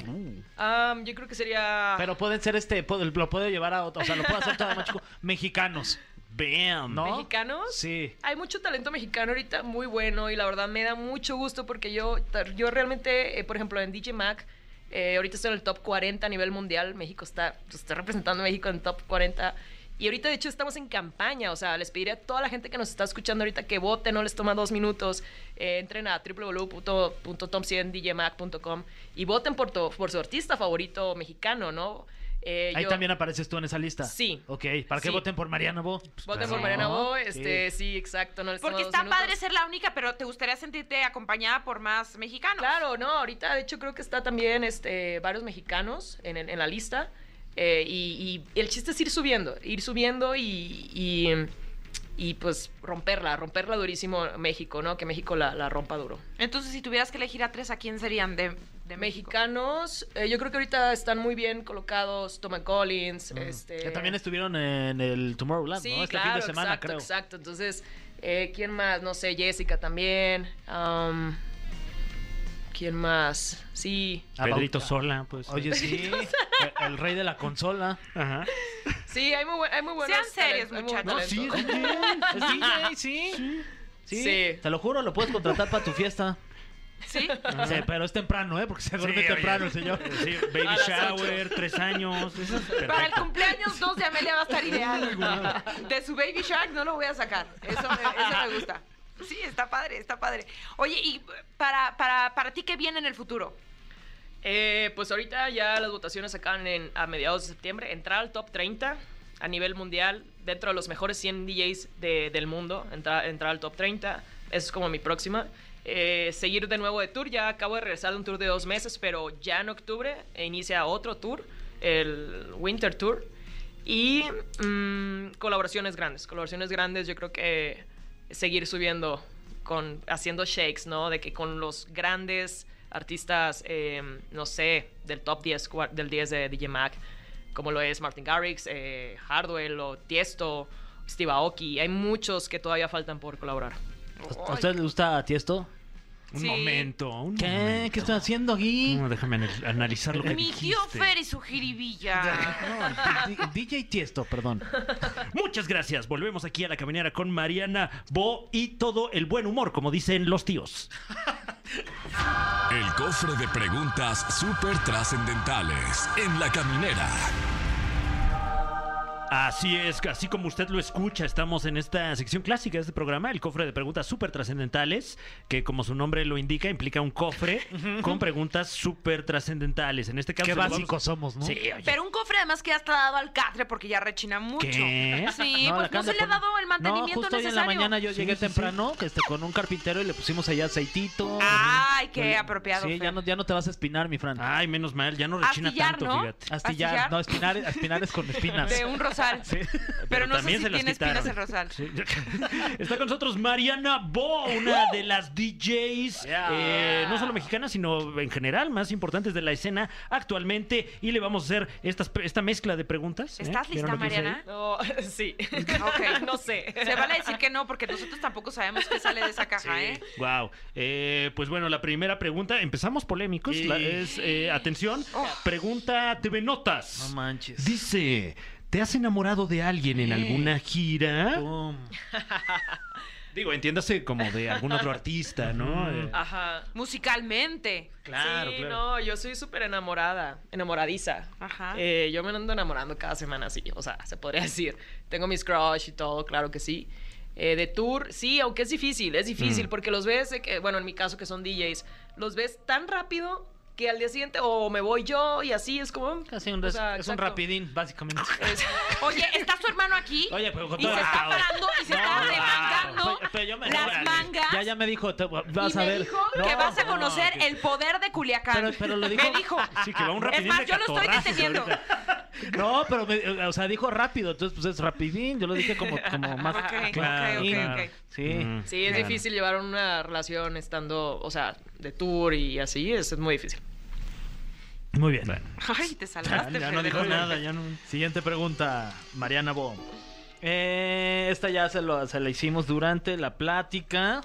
Speaker 6: Am, yo creo que sería...
Speaker 3: Pero pueden ser este, po- lo puedo llevar a otro, o sea, lo puedo hacer todavía más chico. Mexicanos,
Speaker 4: Bam.
Speaker 3: ¿no?
Speaker 6: ¿Mexicanos?
Speaker 3: Sí.
Speaker 6: Hay mucho talento mexicano ahorita muy bueno y la verdad me da mucho gusto porque yo, yo realmente, eh, por ejemplo, en DJ Mac, eh, ahorita estoy en el top 40 a nivel mundial. México está, pues, está representando a México en el top 40. Y ahorita, de hecho, estamos en campaña. O sea, les pediré a toda la gente que nos está escuchando ahorita que vote, no les toma dos minutos. eh, entren a www.tom100djmac.com y voten por, tu- por su artista favorito mexicano, ¿no? Eh,
Speaker 3: Ahí
Speaker 6: yo-
Speaker 3: también apareces tú en esa lista.
Speaker 6: Sí.
Speaker 3: Ok, ¿para qué
Speaker 6: Sí. Pues,
Speaker 3: voten por Mariana Bo?
Speaker 6: Voten
Speaker 3: Claro.
Speaker 6: por Mariana Bo,
Speaker 3: Ah, Sí.
Speaker 6: este, sí. exacto. No les toma
Speaker 2: Porque
Speaker 6: dos
Speaker 2: está
Speaker 6: minutos.
Speaker 2: padre ser la única, pero te gustaría sentirte acompañada por más mexicanos.
Speaker 6: Claro, no, ahorita de hecho creo que está también este, varios mexicanos en, en- en la lista. eh, y, y el chiste es ir subiendo, ir subiendo y, y, y, pues romperla, romperla durísimo México, ¿no? Que México la, la rompa duro.
Speaker 2: Entonces, si tuvieras que elegir a tres, ¿a quién serían de, de México?
Speaker 6: Mexicanos, eh, yo creo que ahorita están muy bien colocados, Tom Collins,
Speaker 3: Mm.
Speaker 6: este...
Speaker 3: Que también estuvieron en el Tomorrowland,
Speaker 6: Sí,
Speaker 3: ¿no? Este
Speaker 6: claro,
Speaker 3: fin de semana,
Speaker 6: exacto,
Speaker 3: creo.
Speaker 6: exacto. Entonces, eh, ¿quién más? No sé, Jessica también. am, ¿Quién más? Sí,
Speaker 3: Ah,
Speaker 4: Pedrito
Speaker 3: Bauta.
Speaker 4: Sola, pues.
Speaker 3: Oye, sí. el, el rey de la consola.
Speaker 4: Ajá.
Speaker 6: Sí, hay muy, buen- hay muy buenos.
Speaker 2: Sean serios,
Speaker 6: talent- hay muy buen
Speaker 2: muchachos.
Speaker 6: talento.
Speaker 3: es DJ, sí. Sí.
Speaker 6: Sí.
Speaker 3: Te lo juro, lo puedes contratar para tu fiesta.
Speaker 2: ¿Sí?
Speaker 3: Sí, pero es temprano, ¿eh? Porque se duerme
Speaker 4: oye.
Speaker 3: temprano el señor.
Speaker 4: Sí, baby
Speaker 6: A las
Speaker 4: shower, tres años. Eso es
Speaker 2: Para el
Speaker 4: perfecto.
Speaker 2: cumpleaños 2 de Amelia va a estar ideal. De su Baby Shark no lo voy a sacar. Eso me, eso me gusta. Sí, está padre, está padre. Oye, ¿y para, para, para ti qué viene en el futuro?
Speaker 6: Eh, pues ahorita ya las votaciones acaban en, a mediados de septiembre. Entrar al top 30 a nivel mundial, dentro de los mejores 100 DJs de- del mundo, entrar, entrar al top 30, eso es como mi próxima. Eh, seguir de nuevo de tour, ya acabo de regresar de un tour de dos meses, pero ya en octubre inicia otro tour, el Winter Tour. Y mm, colaboraciones grandes, colaboraciones grandes, yo creo que seguir subiendo con haciendo shakes, ¿no? De que con los grandes artistas, eh, no sé, del top 10, cua- del 10 de DJ Mac, como lo es Martin Garrix, eh, Hardwell o Tiesto, Steve Aoki. Hay muchos que todavía faltan por colaborar.
Speaker 3: ¿A usted le gusta a ti esto?
Speaker 4: Un
Speaker 2: Sí.
Speaker 4: momento, un
Speaker 3: ¿Qué?
Speaker 4: momento.
Speaker 3: ¿Qué estoy haciendo aquí?
Speaker 4: No, déjame anal- analizar lo que
Speaker 2: Mi
Speaker 4: dijiste.
Speaker 2: tío Fer y su jiribilla.
Speaker 3: No, di- DJ Tiesto, perdón.
Speaker 4: Muchas gracias. Volvemos aquí a la caminera con Mariana Bo y todo el buen humor, como dicen los tíos.
Speaker 1: El cofre de preguntas súper trascendentales en la caminera.
Speaker 4: Así es, así como usted lo escucha, estamos en esta sección clásica de este programa, el cofre de preguntas súper trascendentales, que como su nombre lo indica, implica un cofre con preguntas súper trascendentales. En este caso,
Speaker 3: Qué
Speaker 4: lo vamos-
Speaker 3: básicos somos, ¿no?
Speaker 4: Sí, oye.
Speaker 2: Pero un cofre además que ya está dado al catre porque ya rechina mucho.
Speaker 4: ¿Qué?
Speaker 2: Sí,
Speaker 3: la
Speaker 2: pues no
Speaker 3: acaban
Speaker 2: se
Speaker 3: de
Speaker 2: le ha
Speaker 3: poner-
Speaker 2: dado el mantenimiento
Speaker 3: No, justo hoy en la
Speaker 2: necesario.
Speaker 3: mañana yo
Speaker 4: Sí,
Speaker 3: llegué
Speaker 4: sí, sí.
Speaker 3: temprano que este, con un carpintero y le pusimos allá aceitito.
Speaker 2: Ay, qué apropiado.
Speaker 3: Sí,
Speaker 2: Fer.
Speaker 3: ya no, ya no te vas a espinar, mi Fran.
Speaker 4: Ay, menos mal, ya no rechina
Speaker 2: Astillar,
Speaker 4: tanto,
Speaker 2: ¿no?
Speaker 4: fíjate.
Speaker 3: Astillar.
Speaker 2: astillar.
Speaker 3: No, espinar, espinar es con espinas.
Speaker 2: De un rosal. Pero, no sé
Speaker 4: también
Speaker 2: si
Speaker 4: se las
Speaker 2: tiene espinas
Speaker 4: quitaron.
Speaker 2: el rosal.
Speaker 4: Sí. Está con nosotros Mariana Bo, una de las DJs, eh, no solo mexicanas, sino en general, más importantes de la escena actualmente. Y le vamos a hacer estas, pre- esta mezcla de preguntas. ¿eh?
Speaker 2: ¿Estás
Speaker 4: ¿Vieron
Speaker 2: lista,
Speaker 4: lo que hice
Speaker 2: Mariana?
Speaker 6: No, sí.
Speaker 2: Ok.
Speaker 6: no sé.
Speaker 2: Se vale decir que no, porque nosotros tampoco sabemos qué sale de esa caja,
Speaker 4: ahí?
Speaker 2: ¿eh?
Speaker 4: Wow. pues bueno, la primera pregunta, empezamos polémicos. la- es, eh, atención,
Speaker 2: Oh.
Speaker 4: pregunta TV Notas.
Speaker 3: No manches.
Speaker 4: Dice, ¿te has enamorado de alguien en alguna gira?
Speaker 3: Pum.
Speaker 4: Digo, entiéndase como de algún otro artista, ¿no? Eh,
Speaker 6: Ajá.
Speaker 2: Musicalmente.
Speaker 4: claro,
Speaker 6: sí,
Speaker 4: claro.
Speaker 6: no, yo soy súper enamorada, enamoradiza.
Speaker 2: Ajá.
Speaker 6: Eh, yo me ando enamorando cada semana, sí, o sea, se podría decir. Tengo mis crush y todo, claro que sí. Eh, de tour, sí, aunque es difícil, es difícil, porque los ves, de que, bueno, en mi caso que son DJs, los ves tan rápido que al día siguiente o me voy yo y así es como...
Speaker 3: Casi un
Speaker 6: o
Speaker 3: res-
Speaker 6: sea,
Speaker 3: es un
Speaker 6: exacto.
Speaker 3: rapidín, básicamente.
Speaker 6: Es-
Speaker 2: Oye, está su hermano aquí.
Speaker 3: Oye, pero con
Speaker 2: y se
Speaker 3: todo
Speaker 2: está
Speaker 3: respeto.
Speaker 2: parando y se
Speaker 3: No,
Speaker 2: está
Speaker 3: no, no.
Speaker 2: remangando
Speaker 3: Pero- pero yo me-
Speaker 2: las
Speaker 3: órale.
Speaker 2: mangas.
Speaker 3: Ya, ya me dijo, te- vas
Speaker 2: y
Speaker 3: a
Speaker 2: me
Speaker 3: ver.
Speaker 2: dijo que
Speaker 3: No,
Speaker 2: vas a
Speaker 3: no,
Speaker 2: conocer
Speaker 3: que-
Speaker 2: el poder de Culiacán.
Speaker 3: Pero- pero lo dijo-
Speaker 2: Me dijo.
Speaker 4: Sí, que va un
Speaker 2: es
Speaker 4: rapidín
Speaker 2: más,
Speaker 4: de
Speaker 2: yo lo estoy
Speaker 4: catorrazos
Speaker 2: deteniendo.
Speaker 4: ahorita.
Speaker 3: No, pero, me- o sea, dijo rápido, entonces pues es rapidín. Yo lo dije como, como más
Speaker 2: Ah, Ok, ok,
Speaker 3: claro.
Speaker 2: ok, ok.
Speaker 3: Sí.
Speaker 4: Mm.
Speaker 6: sí, es
Speaker 4: Claro.
Speaker 6: difícil llevar una relación estando, o sea, de tour y así, es, es muy difícil.
Speaker 4: Muy bien.
Speaker 2: Ay, te salvaste,
Speaker 4: ya no
Speaker 2: Fede.
Speaker 4: dijo nada, ya no.
Speaker 3: Siguiente pregunta, Mariana Bo. Eh, esta ya se, lo, se la hicimos durante la plática.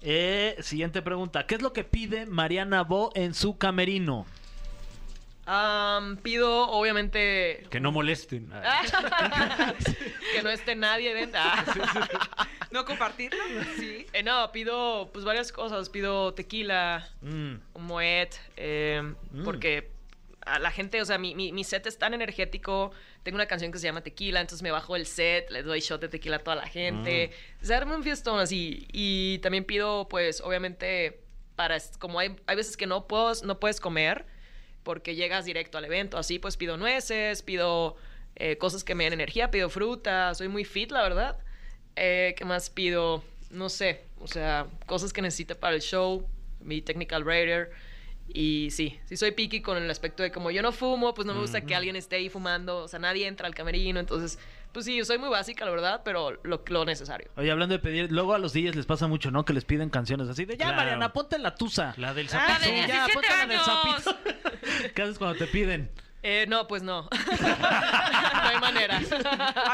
Speaker 3: Eh, siguiente pregunta. ¿Qué es lo que pide Mariana Bo en su camerino?
Speaker 6: Am, pido, obviamente,
Speaker 4: Que no molesten.
Speaker 6: Ah.
Speaker 4: Ah,
Speaker 6: que no esté nadie dentro. Ah.
Speaker 2: ¿No compartirlo? Sí.
Speaker 6: Eh, no, pido pues varias cosas. Pido tequila,
Speaker 3: Mm,
Speaker 6: un moet, eh, porque a la gente, o sea, mi, mi- mi set es tan energético. Tengo una canción que se llama Tequila, entonces me bajo el set, le doy shot de tequila a toda la gente. O sea, arme un fiestón así. Y también pido, pues, obviamente, para, es- como hay, hay veces que no, puedo, no puedes comer porque llegas directo al evento, así, pues pido nueces, pido eh, cosas que me den energía, pido fruta, soy muy fit, la verdad. Eh, ¿Qué más pido? No sé, o sea, cosas que necesite para el show, mi technical writer. Y sí, sí soy picky con el aspecto de como yo no fumo, pues no me gusta que alguien esté ahí fumando, o sea, nadie entra al camerino, entonces, pues sí, yo soy muy básica, la verdad, pero lo, lo necesario.
Speaker 3: Oye, hablando de pedir, luego a los DJs les pasa mucho, ¿no? Que les piden canciones así de, ya,
Speaker 4: Claro.
Speaker 3: Mariana, ponte la tusa.
Speaker 4: La
Speaker 6: Ah,
Speaker 4: del
Speaker 2: La
Speaker 4: zapato.
Speaker 2: Ah, de
Speaker 3: Sí, ya,
Speaker 2: 17
Speaker 3: póntela en el
Speaker 2: años.
Speaker 3: ¿Qué haces cuando te piden?
Speaker 6: Eh, no, pues no. no hay manera.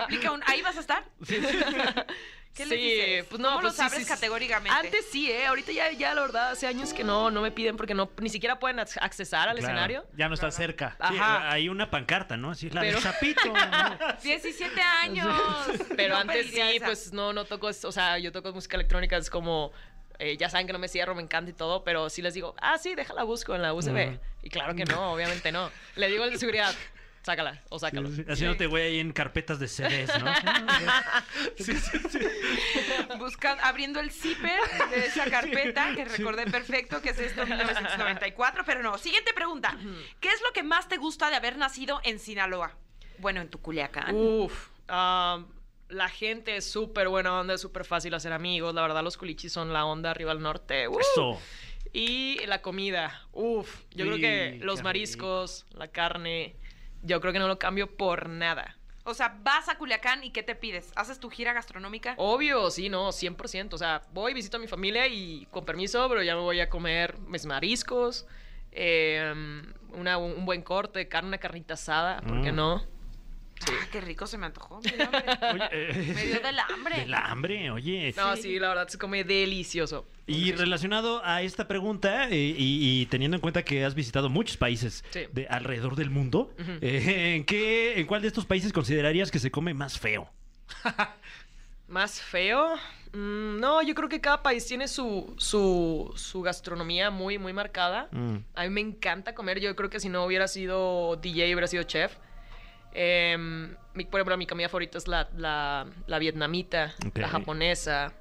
Speaker 2: Aplica un. Ahí vas a estar. ¿Qué le dices?
Speaker 6: Pues no,
Speaker 2: ¿Cómo
Speaker 6: pues
Speaker 2: lo
Speaker 6: sí,
Speaker 2: sabes
Speaker 6: sí, sí.
Speaker 2: categóricamente?
Speaker 6: Antes sí, ¿eh? Ahorita ya, ya, la verdad, hace años que no, no me piden porque no, ni siquiera pueden ac- accesar al
Speaker 4: Claro.
Speaker 6: escenario.
Speaker 3: Ya no está cerca.
Speaker 4: Sí,
Speaker 6: Ajá.
Speaker 4: hay una pancarta, ¿no? Así, la
Speaker 6: Pero-
Speaker 4: del zapito. ¿no?
Speaker 2: 17 años.
Speaker 6: Pero
Speaker 2: No
Speaker 6: antes sí,
Speaker 2: pediría esa.
Speaker 6: pues no, no toco, es- o sea, yo toco música electrónica, es como, eh, ya saben que no me cierro, me encanta y todo, pero sí les digo, ah, sí, déjala busco en la USB. Y claro que no, obviamente no. Le digo al de seguridad. sácala o sácalo.
Speaker 4: Haciéndote güey ahí en carpetas de CDs, ¿no?
Speaker 2: Buscando, abriendo el zipper de esa carpeta, que recordé perfecto que es esto 1994, pero no. Siguiente pregunta. ¿Qué es lo que más te gusta de haber nacido en Sinaloa? Bueno, en tu Culiacán.
Speaker 6: Uf, ah, la gente es súper buena onda, es súper fácil hacer amigos. La verdad, los culichis son la onda arriba al norte. ¡Uh!
Speaker 4: Eso.
Speaker 6: Y la comida. Uf, yo creo
Speaker 4: Sí,
Speaker 6: que
Speaker 4: qué
Speaker 6: los
Speaker 4: rico.
Speaker 6: mariscos, la carne, yo creo que no lo cambio por nada.
Speaker 2: O sea, vas a Culiacán y ¿qué te pides? ¿Haces tu gira gastronómica?
Speaker 6: Oh, Obvio, sí, no, 100%. O sea, voy, visito a mi familia y con permiso, pero ya me voy a comer mis mariscos, eh, una- un buen corte, de carne, una carnita asada, ¿por qué
Speaker 4: Mm.
Speaker 6: no?
Speaker 2: Ah, qué rico se me antojó. me dio hambre.
Speaker 4: Oye, eh,
Speaker 2: Me dio del hambre.
Speaker 4: Del hambre, oye.
Speaker 6: No, sí, la verdad se come delicioso.
Speaker 4: Y relacionado a esta pregunta, eh, y, y teniendo en cuenta que has visitado muchos países
Speaker 6: Sí.
Speaker 4: de alrededor del mundo,
Speaker 6: Ujú.
Speaker 4: eh, ¿en, qué, ¿en cuál de estos países considerarías que se come más feo?
Speaker 6: ¿Más feo? Mm, no, yo creo que cada país tiene su, su, su gastronomía muy, muy marcada. A mí me encanta comer. Yo creo que si no hubiera sido DJ, hubiera sido chef. Em, mi- por ejemplo, mi comida favorita es la, la- la vietnamita,
Speaker 4: Ok.
Speaker 6: la japonesa.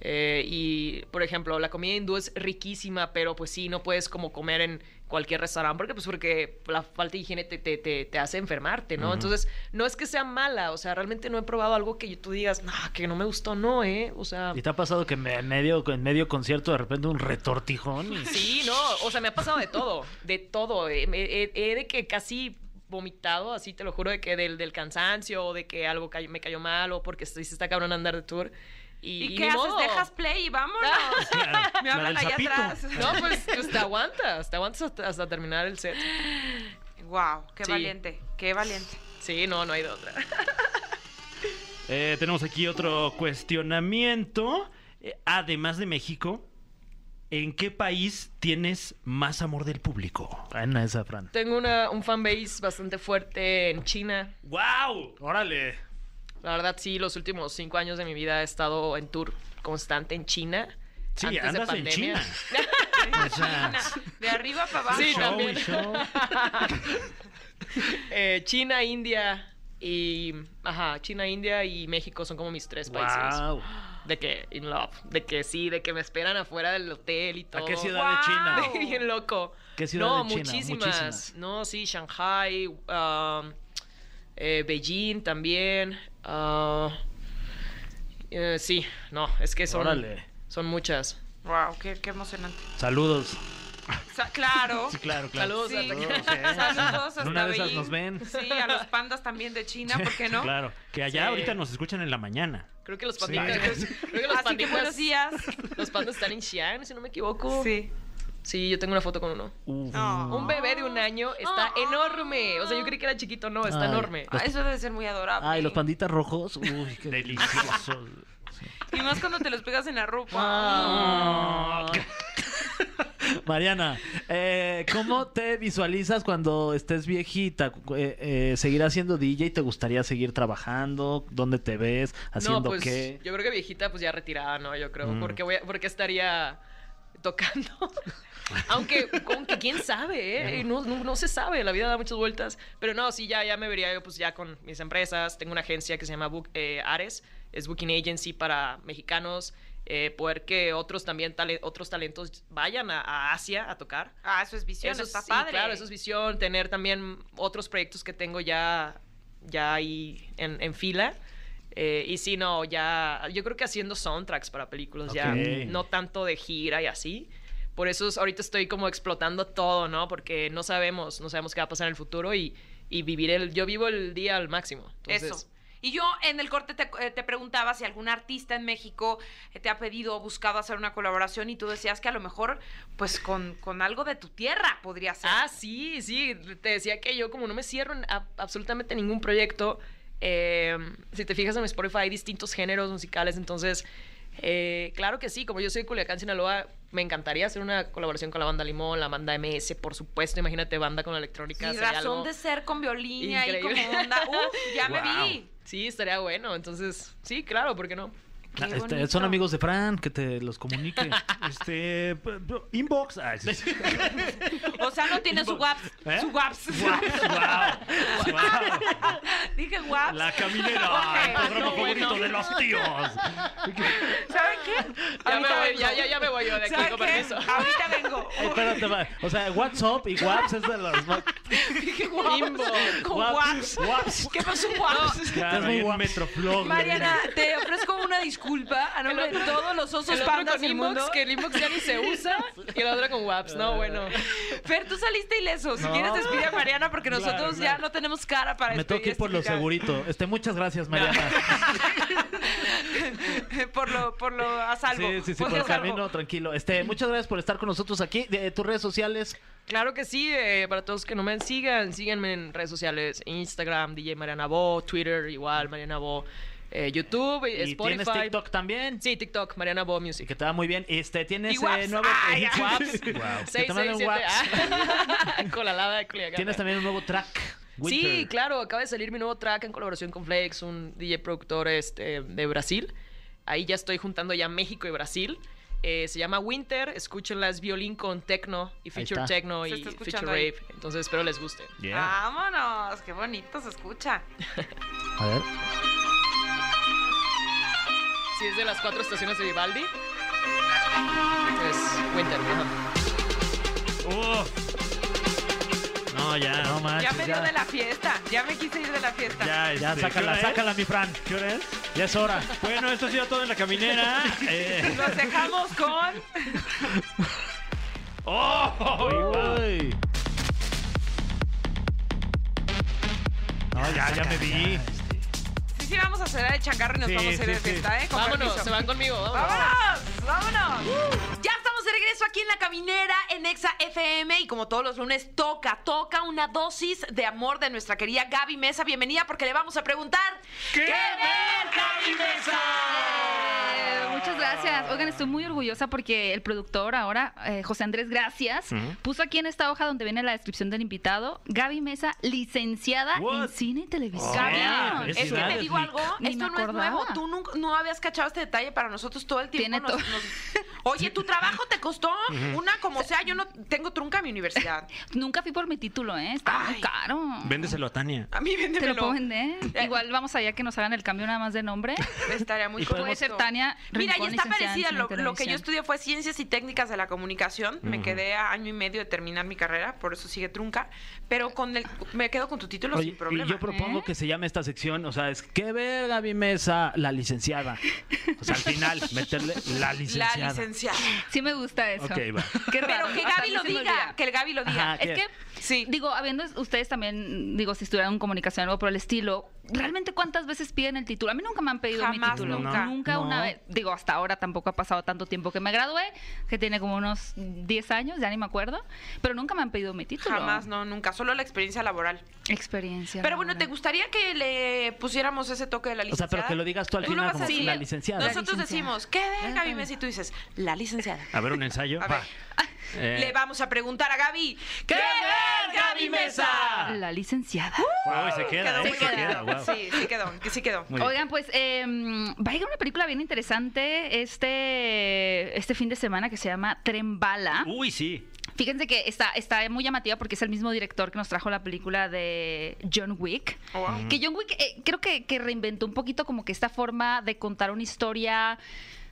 Speaker 6: Eh, y, por ejemplo, la comida hindú es riquísima, pero pues sí, no puedes como comer en cualquier restaurante porque, pues, porque la falta de higiene te, te- te- te hace enfermarte, ¿no?
Speaker 4: Ujú.
Speaker 6: Entonces, no es que sea mala, o sea, realmente no he probado algo que tú digas, no, que no me gustó, no, ¿eh? O sea...
Speaker 3: ¿Y te ha pasado que me- en medio, en medio concierto de repente un retortijón? y-
Speaker 6: Sí, no, o sea, me ha pasado de todo, de todo. He, he- he de que casi vomitado, así te lo juro, de que del, del cansancio, o de que algo cayó- me cayó mal, o porque se se está cabrón andar de tour. ¿Y,
Speaker 2: ¿Y,
Speaker 6: y
Speaker 2: qué
Speaker 6: ni
Speaker 2: haces?
Speaker 6: modo.
Speaker 2: Dejas play y vámonos.
Speaker 3: ah,
Speaker 4: Claro,
Speaker 2: Me
Speaker 4: la
Speaker 2: hablan
Speaker 4: del
Speaker 2: allá
Speaker 4: sapito.
Speaker 2: atrás.
Speaker 6: No, pues, pues te aguantas, te aguantas hasta, hasta terminar el set.
Speaker 2: Wow, qué
Speaker 6: Sí.
Speaker 2: valiente, qué valiente.
Speaker 6: Sí, no, no hay de otra.
Speaker 4: Eh, tenemos aquí otro cuestionamiento. Eh, además de México, ¿en qué país tienes más amor del público?
Speaker 3: Buena esa, Fran.
Speaker 6: Tengo una, un fanbase bastante fuerte en China.
Speaker 4: ¡Wow! ¡Órale!
Speaker 6: La verdad, sí, los últimos cinco años de mi vida he estado en tour constante en China.
Speaker 4: Sí,
Speaker 6: antes de
Speaker 4: andas en
Speaker 6: pandemia.
Speaker 4: China. O sea,
Speaker 2: De arriba para abajo.
Speaker 6: Sí,
Speaker 4: show
Speaker 6: también.
Speaker 4: y show.
Speaker 6: Eh, China, India y. Ajá, China, India y México son como mis tres países.
Speaker 3: Guau.
Speaker 6: De que, in love. De que sí, de que me esperan afuera del hotel y todo.
Speaker 4: ¿A qué ciudad
Speaker 2: Wow.
Speaker 4: de China?
Speaker 6: Bien loco.
Speaker 3: ¿Qué ciudad
Speaker 6: no,
Speaker 3: de China?
Speaker 6: Muchísimas.
Speaker 3: Muchísimas.
Speaker 6: No, sí, Shanghai, um, eh, Beijing también. ah, eh, sí, no, es que son,
Speaker 3: Órale.
Speaker 6: son muchas.
Speaker 2: Wow, qué, qué emocionante.
Speaker 3: Saludos.
Speaker 2: O sea, claro.
Speaker 3: Sí, claro,
Speaker 6: Saludos
Speaker 2: Sí.
Speaker 6: a todos.
Speaker 2: Saludos hasta
Speaker 3: En una de esas
Speaker 2: Beijing.
Speaker 3: nos ven.
Speaker 2: Sí, a los pandas también de China, ¿por qué no?
Speaker 4: Claro, que allá
Speaker 6: Sí.
Speaker 4: ahorita nos escuchan en la mañana.
Speaker 6: Creo que los panditas. Creo que los
Speaker 2: Así que
Speaker 6: panditas-
Speaker 2: buenos días.
Speaker 6: Los pandas están en Xi'an, si no me equivoco.
Speaker 2: Sí.
Speaker 6: Sí, yo tengo una foto con uno.
Speaker 2: No.
Speaker 6: Un bebé de un año está
Speaker 2: Ah.
Speaker 6: enorme. O sea, yo creí que era chiquito, no, está
Speaker 3: Ay.
Speaker 6: enorme.
Speaker 2: Ah, Eso debe ser muy adorable.
Speaker 3: Ay, los panditas rojos. Uy, qué
Speaker 4: Delicioso.
Speaker 2: Y más cuando te los pegas en la ropa.
Speaker 3: Ah. Mariana, eh, ¿cómo te visualizas cuando estés viejita? Cu- eh, eh, ¿Seguirás siendo DJ? ¿Te gustaría seguir trabajando? ¿Dónde te ves? ¿Haciendo
Speaker 6: no, pues,
Speaker 3: qué?
Speaker 6: Yo creo que viejita, pues ya retirada, ¿no? Yo creo.
Speaker 4: Mm.
Speaker 6: Porque, voy a- porque estaría tocando. aunque, aunque quién sabe, ¿eh? No, no, no se sabe, la vida da muchas vueltas. Pero no, sí, ya, ya me vería yo, pues ya con mis empresas. Tengo una agencia que se llama Book- eh, Ares, es Booking Agency para mexicanos. eh, poder que otros también, tale- otros talentos vayan a- a Asia a tocar.
Speaker 2: Ah, eso es visión,
Speaker 6: Eso
Speaker 2: está
Speaker 6: sí,
Speaker 2: padre.
Speaker 6: Claro, eso es visión, tener también otros proyectos que tengo ya, ya ahí en, en fila. Eh, y sí, no, ya, yo creo que haciendo soundtracks para películas, ya
Speaker 4: Ok.
Speaker 6: no tanto de gira y así. Por eso es- ahorita estoy como explotando todo, ¿no? Porque no sabemos, no sabemos qué va a pasar en el futuro y, y vivir el, yo vivo el día al máximo. Entonces,
Speaker 2: Eso. Y yo en el corte te, eh, te preguntaba si algún artista en México eh, te ha pedido o buscado hacer una colaboración y tú decías que a lo mejor, pues con, con algo de tu tierra podría ser.
Speaker 6: Ah, sí, sí. Te decía que yo como no me cierro en a- absolutamente ningún proyecto, eh, si te fijas en mi Spotify hay distintos géneros musicales, entonces, eh, claro que sí, como yo soy de Culiacán, Sinaloa, me encantaría hacer una colaboración con la banda Limón, la banda MS, por supuesto, imagínate banda con la electrónica.
Speaker 2: Y
Speaker 6: sería
Speaker 2: razón
Speaker 6: algo-
Speaker 2: de ser con violín y ahí
Speaker 6: increíble.
Speaker 2: como onda. Uf, ya me
Speaker 4: Wow.
Speaker 2: vi.
Speaker 6: Sí, estaría bueno, entonces, sí, claro, ¿por qué no?
Speaker 2: Qué
Speaker 3: Ah, este,
Speaker 2: bonito.
Speaker 3: son amigos de Fran, que te los comunique.
Speaker 4: Este. p- p- Inbox. Ah, sí.
Speaker 2: O sea, no tienen su WAPS.
Speaker 4: ¿Eh?
Speaker 2: Su WAPS.
Speaker 4: Guau, guau.
Speaker 2: Dije WAPS.
Speaker 4: La caminera,
Speaker 2: Ok,
Speaker 4: el programa
Speaker 2: no,
Speaker 4: favorito
Speaker 2: bueno.
Speaker 4: de los tíos.
Speaker 2: ¿Saben qué?
Speaker 6: Ya me
Speaker 2: Ahorita
Speaker 6: voy,
Speaker 2: vengo.
Speaker 6: ya, ya, ya me voy yo de aquí,
Speaker 2: ¿Saben
Speaker 6: con
Speaker 2: qué?
Speaker 6: permiso.
Speaker 2: Ahorita vengo.
Speaker 3: Espérate, va. o sea, WhatsApp y WhatsApp es de los más.
Speaker 2: Dije guaps.
Speaker 6: Inbox.
Speaker 2: Con
Speaker 3: Waps,
Speaker 2: WAPS.
Speaker 3: waps.
Speaker 2: ¿Qué pasó, WAPS?
Speaker 4: Claro,
Speaker 3: Es muy
Speaker 4: ahí en
Speaker 3: guapo.
Speaker 4: Metroflog.
Speaker 2: Mariana, te ofrezco una disculpa a nombre de todos los osos
Speaker 6: El otro
Speaker 2: pandas
Speaker 6: con
Speaker 2: del
Speaker 6: inbox,
Speaker 2: mundo.
Speaker 6: que el inbox ya ni se usa. Y el otro con WAPS. No, bueno.
Speaker 2: Fer, tú saliste ileso. Si quieres, despide a Mariana porque nosotros ya no tenemos cara para
Speaker 3: Me tengo que
Speaker 2: despedir
Speaker 3: ir por
Speaker 2: este
Speaker 3: lo
Speaker 2: programa.
Speaker 3: segurito. Este, muchas gracias, Mariana.
Speaker 2: por lo Por lo a salvo.
Speaker 3: Sí, sí, sí,
Speaker 2: Ponte
Speaker 3: por
Speaker 2: a
Speaker 3: el
Speaker 2: salvo.
Speaker 3: camino, tranquilo. Este, muchas gracias por estar con nosotros aquí. De, tus redes sociales.
Speaker 6: Claro que sí, eh, para todos que no me sigan, síganme en redes sociales, Instagram, DJ Mariana Bo, Twitter igual, Mariana Bo, eh, YouTube,
Speaker 3: Y
Speaker 6: Spotify.
Speaker 3: tienes TikTok también.
Speaker 6: Sí, TikTok, Mariana Bo
Speaker 3: Y
Speaker 6: Music.
Speaker 3: que te va muy bien. Este, tienes
Speaker 2: Y Waps.
Speaker 3: eh, nuevo
Speaker 2: Ay,
Speaker 3: eh,
Speaker 2: ay.
Speaker 3: Waps. Que
Speaker 6: Seis,
Speaker 3: te
Speaker 6: seis,
Speaker 3: manden
Speaker 6: siete,
Speaker 3: Waps.
Speaker 6: ah. con la lava de Culiacán.
Speaker 3: Tienes también un nuevo track.
Speaker 6: Sí,
Speaker 3: Winter.
Speaker 6: claro, acaba de salir mi nuevo track en colaboración con Flex, un DJ productor este, de Brasil. Ahí ya estoy juntando ya México y Brasil. Eh, se llama Winter, escúchenla, es violín con techno y feature
Speaker 3: está.
Speaker 6: techno
Speaker 2: Se
Speaker 6: y
Speaker 2: está
Speaker 6: feature
Speaker 2: escuchando ahí.
Speaker 6: rave. Entonces espero les guste.
Speaker 2: Ah. Vámonos, qué bonito se escucha.
Speaker 3: A ver.
Speaker 6: Si es de las cuatro estaciones de Vivaldi, es Winter. ajá.
Speaker 4: Uf. No, ya.
Speaker 3: No manches,
Speaker 2: Ya me dio de la fiesta, ya me quise ir de la fiesta.
Speaker 4: Ya,
Speaker 3: Ah, Ya,
Speaker 4: este,
Speaker 3: sácala,
Speaker 4: ¿qué hora es?
Speaker 3: sácala, mi Fran.
Speaker 4: ¿Qué hora es?
Speaker 3: Ya es hora.
Speaker 4: Bueno, esto ha sido todo en la caminera. Eh,
Speaker 2: Los dejamos con.
Speaker 4: ¡Oh!
Speaker 3: Uy.
Speaker 4: No, ya, ya me vi.
Speaker 2: Sí, sí, vamos a cerrar el changarro y nos
Speaker 4: Sí,
Speaker 2: vamos a ir de
Speaker 4: sí, sí.
Speaker 2: fiesta, ¿eh? Con
Speaker 6: Vámonos,
Speaker 2: permiso.
Speaker 6: se van conmigo. vámonos.
Speaker 2: ¡Vámonos! ¡Vámonos! Ya estamos de regreso aquí en La Caminera, en Exa FM, y como todos los lunes, toca, toca una dosis de amor de nuestra querida Gaby Mesa. Bienvenida, porque le vamos a preguntar...
Speaker 4: ¿Qué
Speaker 2: ver, Gaby Mesa?
Speaker 7: Eh, Muchas gracias. Oigan, estoy muy orgullosa porque el productor ahora, eh, José Andrés Gracias,
Speaker 4: Ujú.
Speaker 7: puso aquí en esta hoja donde viene la descripción del invitado, Gaby Mesa, licenciada
Speaker 4: What? Oh,
Speaker 7: en cine y televisión.
Speaker 4: Cabrón.
Speaker 2: Es
Speaker 4: Es
Speaker 2: que te
Speaker 4: ciudades,
Speaker 2: digo
Speaker 4: Nick.
Speaker 2: algo,
Speaker 7: Ni
Speaker 2: esto
Speaker 7: me
Speaker 2: no es
Speaker 7: acordaba.
Speaker 2: nuevo. Tú nunca, no habías cachado este detalle para nosotros todo el tiempo.
Speaker 7: Tiene
Speaker 2: nos-
Speaker 7: todo.
Speaker 2: nos- Oye, tu trabajo te costó una como sea. Yo no tengo trunca en mi universidad.
Speaker 7: Nunca fui por mi título, ¿eh? Está muy
Speaker 2: Ay.
Speaker 7: caro.
Speaker 4: Véndeselo a Tania.
Speaker 2: A mí
Speaker 7: Te lo
Speaker 2: véndemelo.
Speaker 7: puedo vender.
Speaker 2: Eh.
Speaker 7: Igual vamos allá que nos hagan el cambio nada más de nombre.
Speaker 2: Estaría muy
Speaker 7: Puede
Speaker 2: correcto.
Speaker 7: ser Tania
Speaker 2: Mira, ya
Speaker 7: Rincón,
Speaker 2: está
Speaker 7: licenciada en
Speaker 2: parecida.
Speaker 7: cine y
Speaker 2: Lo, lo que yo
Speaker 7: televisión.
Speaker 2: estudié fue Ciencias y Técnicas de la Comunicación. Me quedé a año y medio de terminar mi carrera, por eso sigue trunca. Pero con el, me quedo con tu título
Speaker 3: Oye,
Speaker 2: sin problema. ¿eh?
Speaker 3: y yo propongo que se llame esta sección, o sea, es que ver Gaby Mesa, la licenciada. O sea, al final, meterle la licenciada.
Speaker 2: La licenciada.
Speaker 7: Sí me gusta eso.
Speaker 4: Ok, va. Ah,
Speaker 7: Qué
Speaker 2: Pero
Speaker 7: raro,
Speaker 2: que
Speaker 7: hasta a
Speaker 2: Gaby
Speaker 7: mí
Speaker 2: lo
Speaker 7: se me
Speaker 2: diga.
Speaker 7: olvida.
Speaker 2: Que el Gaby lo diga.
Speaker 3: Ajá,
Speaker 7: Es
Speaker 3: ¿qué?
Speaker 7: que,
Speaker 2: Sí.
Speaker 7: digo, habiendo ustedes también, digo, si estudiaron comunicación o algo por el estilo, ¿realmente cuántas veces piden el título? A mí nunca me han pedido mi
Speaker 2: Jamás,
Speaker 7: título.
Speaker 2: nunca.
Speaker 7: Nunca
Speaker 3: No.
Speaker 7: una vez. Digo, hasta ahora tampoco ha pasado tanto tiempo que me gradué, que tiene como unos 10 años, ya ni me acuerdo, pero nunca me han pedido mi título.
Speaker 2: Jamás, no, nunca. Solo la experiencia laboral.
Speaker 7: Experiencia.
Speaker 2: Pero bueno, ¿te
Speaker 7: laboral.
Speaker 2: gustaría que le pusiéramos ese toque de la
Speaker 3: O sea,
Speaker 2: licenciada?
Speaker 3: pero que lo digas tú al
Speaker 2: lo
Speaker 3: final,
Speaker 2: vas a
Speaker 3: como
Speaker 2: decir.
Speaker 3: la licenciada.
Speaker 2: Nosotros
Speaker 7: La licenciada.
Speaker 2: decimos, ¿qué de Gaby
Speaker 7: Ah,
Speaker 2: Messi? Y tú dices, la licenciada.
Speaker 4: A ver, un ensayo.
Speaker 2: A ver.
Speaker 4: Va. Eh,
Speaker 2: Le vamos a preguntar a Gaby, ¿qué ver Gaby Mesa?
Speaker 7: La licenciada.
Speaker 4: Uy, se queda,
Speaker 2: Quedó
Speaker 4: eh,
Speaker 2: muy
Speaker 4: se
Speaker 2: bonito.
Speaker 4: queda. guau.
Speaker 2: Sí, sí quedó, que sí quedó.
Speaker 4: Muy bien.
Speaker 7: Oigan, pues eh, va a llegar una película bien interesante este, este fin de semana que se llama Tren
Speaker 2: Uh.
Speaker 7: Bala.
Speaker 4: Uy, sí.
Speaker 7: Fíjense que está, está muy llamativa porque es el mismo director que nos trajo la película de John Wick.
Speaker 2: Wow.
Speaker 7: Que John Wick eh, creo que, que reinventó un poquito como que esta forma de contar una historia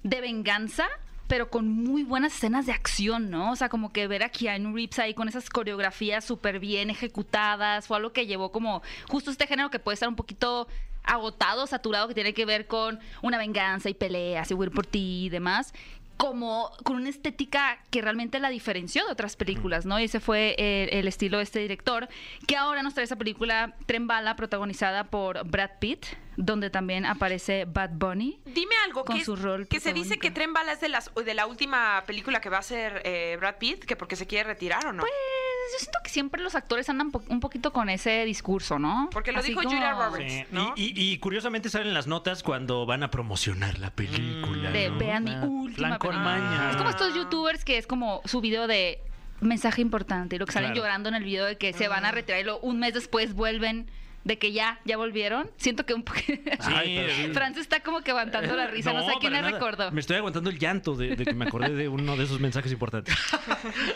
Speaker 7: de venganza, pero con muy buenas escenas de acción, ¿no? O sea, como que ver a Keanu Reeves ahí con esas coreografías súper bien ejecutadas, fue algo que llevó como justo este género que puede estar un poquito agotado, saturado, que tiene que ver con una venganza y peleas y huir por ti y demás como con una estética que realmente la diferenció de otras
Speaker 4: Mm.
Speaker 7: películas, ¿no? Y ese fue eh, el, estilo de este director, que ahora nos trae esa película Tren Bala, protagonizada por Brad Pitt, donde también aparece Bad Bunny.
Speaker 2: Dime algo
Speaker 7: Con
Speaker 2: que,
Speaker 7: su rol
Speaker 2: que se dice
Speaker 7: protagónico.
Speaker 2: que Tren Bala es de, las, de la última película que va a hacer eh, Brad Pitt, que porque se quiere retirar o no.
Speaker 7: Pues, Yo siento que siempre los actores andan po- un poquito con ese discurso, ¿no?
Speaker 2: Porque lo
Speaker 7: Así
Speaker 2: dijo
Speaker 7: como-
Speaker 2: Julia Roberts.
Speaker 4: Sí,
Speaker 2: Eh, ¿no?
Speaker 4: Y, y- y curiosamente salen las notas cuando van a promocionar la película.
Speaker 7: De
Speaker 4: ¿no?
Speaker 7: vean mi
Speaker 3: Ah, plan
Speaker 7: última
Speaker 3: con
Speaker 7: película".
Speaker 3: maña.
Speaker 7: Es como estos youtubers que es como su video de mensaje importante y lo que salen
Speaker 4: Claro.
Speaker 2: Ah.
Speaker 7: llorando en el video de que se van a retirar y luego un mes después vuelven de que ya, ya volvieron. Siento que un poquito...
Speaker 4: Ay, pero sí.
Speaker 7: Franz está como que aguantando la
Speaker 4: Eh,
Speaker 7: risa, no, sé quién
Speaker 4: para nada.
Speaker 7: le recordó.
Speaker 4: Me estoy aguantando el llanto de, de que me acordé de uno de esos mensajes importantes.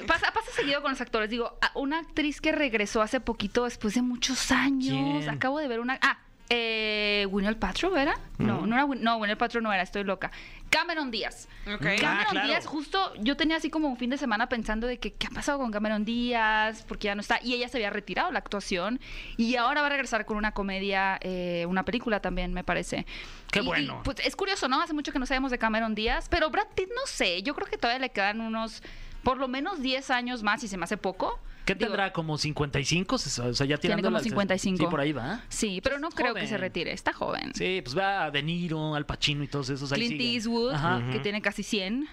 Speaker 7: Pasa, pasa seguido con los actores. Digo, a- una actriz que regresó hace poquito, después de muchos años.
Speaker 4: ¿Quién?
Speaker 7: Acabo de ver una. Ah, eh, Gwyneth Paltrow era. No, no era. Gwyn- No, Gwyneth Paltrow no era. Estoy loca. Cameron Díaz.
Speaker 2: Ok.
Speaker 4: Ah,
Speaker 7: Cameron
Speaker 4: claro.
Speaker 7: Díaz, justo yo tenía así como un fin de semana pensando de que qué ha pasado con Cameron Díaz, porque ya no está. Y ella se había retirado de la actuación y ahora va a regresar con una comedia, eh, una película también, me parece.
Speaker 4: Qué
Speaker 7: Y- y,
Speaker 4: bueno.
Speaker 7: pues es curioso, ¿no? Hace mucho que no sabemos de Cameron Díaz, pero Brad Pitt no sé. Yo creo que todavía le quedan unos, por lo menos 10 años más, y se me hace poco.
Speaker 3: ¿Qué
Speaker 7: Digo,
Speaker 3: tendrá? ¿Como 55? O sea, ya
Speaker 7: Tiene
Speaker 3: tirando
Speaker 7: como
Speaker 3: la-
Speaker 7: 55.
Speaker 3: Sí, por ahí va.
Speaker 7: Sí, pero no creo que se
Speaker 3: joven.
Speaker 7: retire. Está joven.
Speaker 3: Sí, pues va a De Niro, Al Pacino y todos esos. Ahí
Speaker 7: Clint
Speaker 3: siguen.
Speaker 7: Eastwood,
Speaker 3: Ajá.
Speaker 7: que tiene casi 100.